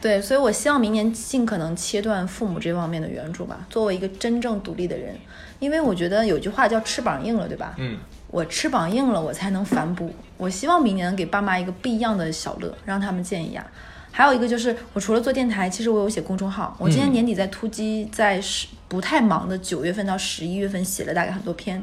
Speaker 2: 对，所以我希望明年尽可能切断父母这方面的援助吧，作为一个真正独立的人，因为我觉得有句话叫翅膀硬了，对吧？
Speaker 1: 嗯，
Speaker 2: 我翅膀硬了，我才能反哺。我希望明年能给爸妈一个不一样的小乐，让他们见一样。还有一个就是，我除了做电台，其实我有写公众号。我今
Speaker 1: 嗯
Speaker 2: 年年底在突击，在十不太忙的九月份到十一月份写了大概很多篇。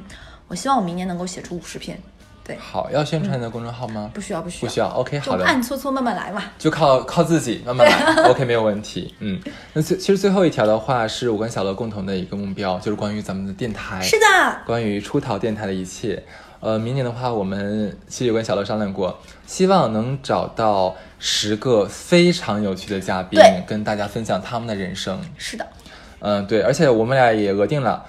Speaker 2: 我希望我明年能够写出五十篇。对，
Speaker 1: 好，要宣传你的公众号吗？
Speaker 2: 不需要，不需
Speaker 1: 嗯不
Speaker 2: 要，
Speaker 1: 需要，OK，
Speaker 2: 就
Speaker 1: 好的，
Speaker 2: 暗搓搓慢慢来嘛。
Speaker 1: 就靠靠自己慢慢 来，OK，没有问题。嗯，那最其实最后一条的话，是我跟小乐共同的一个目标，就是关于咱们的电台。
Speaker 2: 是的，
Speaker 1: 关于出逃电台的一切。呃，明年的话，我们其实有跟小乐商量过，希望能找到十个非常有趣的嘉宾
Speaker 2: 对，
Speaker 1: 跟大家分享他们的人生。呃
Speaker 2: 是的，
Speaker 1: 嗯、对，而且我们俩也额定了，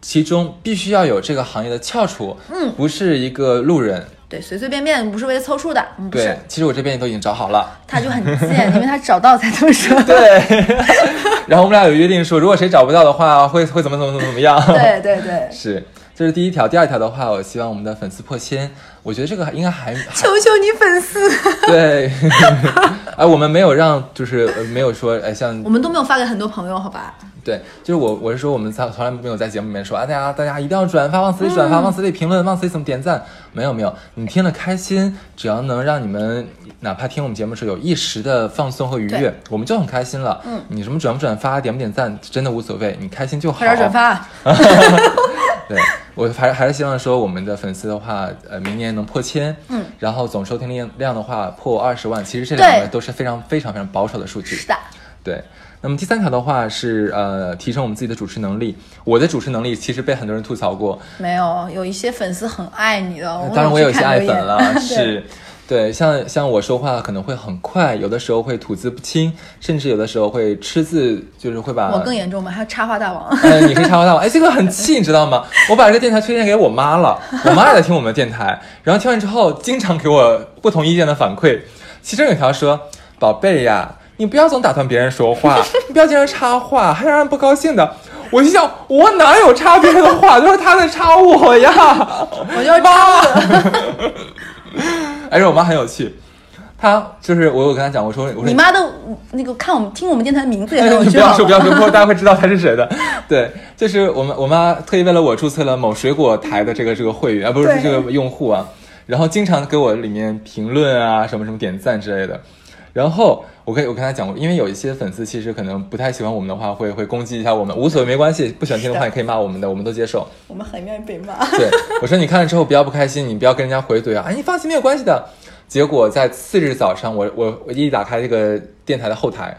Speaker 1: 其中必须要有这个行业的翘楚，
Speaker 3: 嗯
Speaker 1: 不是一个路人。
Speaker 3: 对，随随便便不是为了凑数的，嗯，不是
Speaker 1: 对，，其实我这边都已经找 好了。
Speaker 3: 他就很 贱，因为他找到才这么说。
Speaker 1: 对， 然后我们俩有约定说，如果谁找不到的话，会会怎么怎么怎么怎么样。
Speaker 3: 对对对，
Speaker 1: 是，这是第一条。第二条的话，我希望我们的粉丝破千，我觉得这个应该还还
Speaker 3: 求求你粉丝，
Speaker 1: 对。 哎，我们没有让，就是呃没有说，哎，像
Speaker 3: 我们都没有发给很多朋友，好吧？
Speaker 1: 对，就是我我是说，我们从从来没有在节目里面说啊，大家大家一定要转发，往死里转发，往死里评论，往死里怎么点赞，没有没有，你听了开心，只要能让你们哪怕听我们节目时候有一时的放松和愉悦
Speaker 3: 对，
Speaker 1: 我们就很开心了。
Speaker 3: 嗯，
Speaker 1: 你什么转不转发，点不点赞，真的无所谓，你开心就好。
Speaker 3: 快点转发，
Speaker 1: 对 我还还是希望说我们的粉丝的话，呃，明年能破千，
Speaker 3: 嗯，
Speaker 1: 然后总收听量量的话破二十万，其实这两个
Speaker 3: 对
Speaker 1: 都是非常非常非常保守的数据
Speaker 3: 是。的，
Speaker 1: 对，那么第三条的话是呃，提升我们自己的主持能力。我的主持能力其实被很多人吐槽过，
Speaker 3: 没有，有一些粉丝很爱你的，
Speaker 1: 嗯当然我有
Speaker 3: 哦
Speaker 1: 一
Speaker 3: 去
Speaker 1: 些
Speaker 3: 看
Speaker 1: 爱
Speaker 3: 留
Speaker 1: 粉
Speaker 3: 言
Speaker 1: 了，是。对，像像我说话可能会很快，有的时候会吐字不清，甚至有的时候会吃字，就是会把
Speaker 3: 我更严重吧，还有插画大王，
Speaker 1: 呃，你可以插话到我，哎，这个很气，你知道吗？我把这个电台推荐给我妈了，我妈也在听我们的电台，然后听完之后，经常给我不同意见的反馈。其中有一条说：“宝贝呀，你不要总打断别人说话，你不要经常插话，还让人不高兴的。”我就想，我哪有插别人的话，都是他在插我呀。
Speaker 3: 我就
Speaker 1: 妈， 而且我妈很有趣，她就是我有跟她讲，我说我说
Speaker 3: 你妈的那个看我们听我们电台的名字也 很有
Speaker 1: 你
Speaker 3: 趣，
Speaker 1: 哎不要说不
Speaker 3: 要，
Speaker 1: 要说，不过大家会知道他是谁的。对，就是我们我妈特意为了我注册了某水果台的这个这个会员啊，不是
Speaker 3: 对
Speaker 1: 这个用户啊，然后经常给我里面评论啊，什么什么点赞之类的。然后我跟我跟他讲过，因为有一些粉丝其实可能不太喜欢我们的话，会会攻击一下我们，无所谓没关系，不喜欢听的话也可以骂我们的，我们都接受。
Speaker 3: 我们很愿意被骂。
Speaker 1: 对，我说你看了之后不要不开心，你不要跟人家回怼啊，哎，你放心没有关系的。结果在次日早上，我我我一打开这个电台的后台，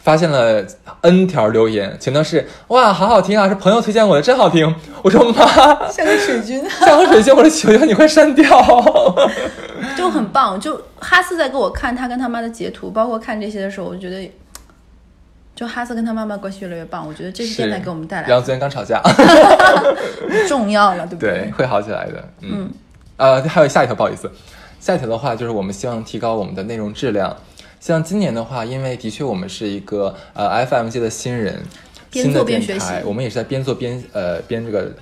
Speaker 1: 发现了 N 条留言，全都是哇，好好听啊，是朋友推荐我的，真好听。我说妈，
Speaker 3: 像个水军，
Speaker 1: 像喝水仙，我的求求你快删掉。
Speaker 3: 就很棒。就哈斯在给我看他跟他妈的截图，包括看这些的时候，我就觉得，就哈斯跟他妈妈关系越来越棒。我觉得这是电台给我们带来
Speaker 1: 然
Speaker 3: 的
Speaker 1: 后昨天刚吵架，
Speaker 3: 重要了，对不
Speaker 1: 对，？会好起来的。嗯，呃，还有下一条，不好意思，下一条的话就是我们希望提高我们的内容质量。像今年的话，因为的确我们是一个呃 FM 界的新人，
Speaker 3: 边
Speaker 1: 新的
Speaker 3: 做边
Speaker 1: 电
Speaker 3: 学
Speaker 1: 台
Speaker 3: 习
Speaker 1: 我们也是在边做边呃边这个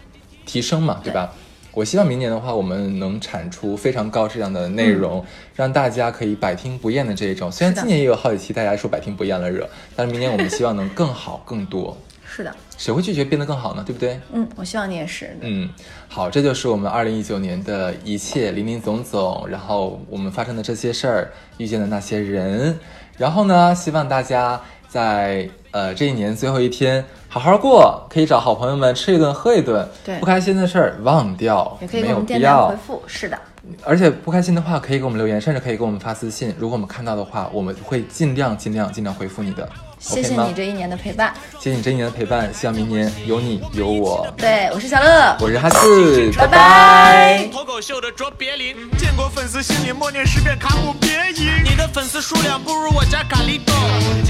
Speaker 1: 提升嘛，对吧？我希望明年的话，我们能产出非常高质量的内容，让大家可以百听不厌的这一种。虽然
Speaker 3: 嗯是的
Speaker 1: 今年也有好几期大家说百听不厌了惹，但是明年我们希望能更好更多。
Speaker 3: 是的，
Speaker 1: 谁会拒绝变得更好呢？对不对？
Speaker 3: 嗯，我希望你也是。
Speaker 1: 嗯，好，这就是我们二零一九年的一切林林总总，然后我们发生的这些事儿，遇见的那些人，然后呢，希望大家在呃这一年最后一天好好过，可以找好朋友们吃一顿喝一顿，
Speaker 3: 对
Speaker 1: 不开心的事儿忘掉，
Speaker 3: 也可以
Speaker 1: 没
Speaker 3: 给我
Speaker 1: 有
Speaker 3: 们
Speaker 1: 必
Speaker 3: 电台
Speaker 1: 要
Speaker 3: 回。复，是的，
Speaker 1: 而且不开心的话可以给我们留言，甚至可以给我们发私信，如果我们看到的话，我们会尽量尽量尽量回复你的。
Speaker 3: 谢谢
Speaker 1: o k 吗
Speaker 3: 你这一年的陪伴。
Speaker 1: 谢谢你这一年的陪伴，希望明年有你有我。
Speaker 3: 对，我是小乐，
Speaker 1: 我是哈四，
Speaker 3: 拜拜。
Speaker 4: 脱口秀的卓别林，
Speaker 5: 见过粉丝心里默念十遍卡姆别赢。
Speaker 4: 你的粉丝数量不如我家咖喱豆。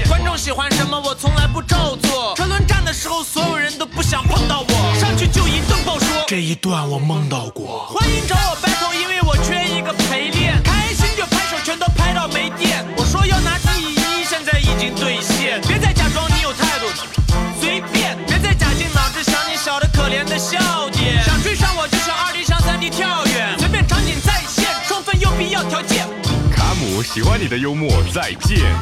Speaker 4: 观众喜欢什么，我从来不照做。车轮战的时候，所有人都不想碰到我，上去就一顿暴说。
Speaker 5: 这一段我梦到过，
Speaker 4: 欢迎找我 battle，因为我缺一个陪练。开心就拍手，全都拍到没电。我说要拿第一，现在已经兑现。别再假装你有态度，随便。别再绞尽脑汁想你小的可怜的笑点。想追上我就想二 D 上三 D 跳远，随便场景再现，充分又必要条件。
Speaker 5: 卡姆喜欢你的幽默，再见。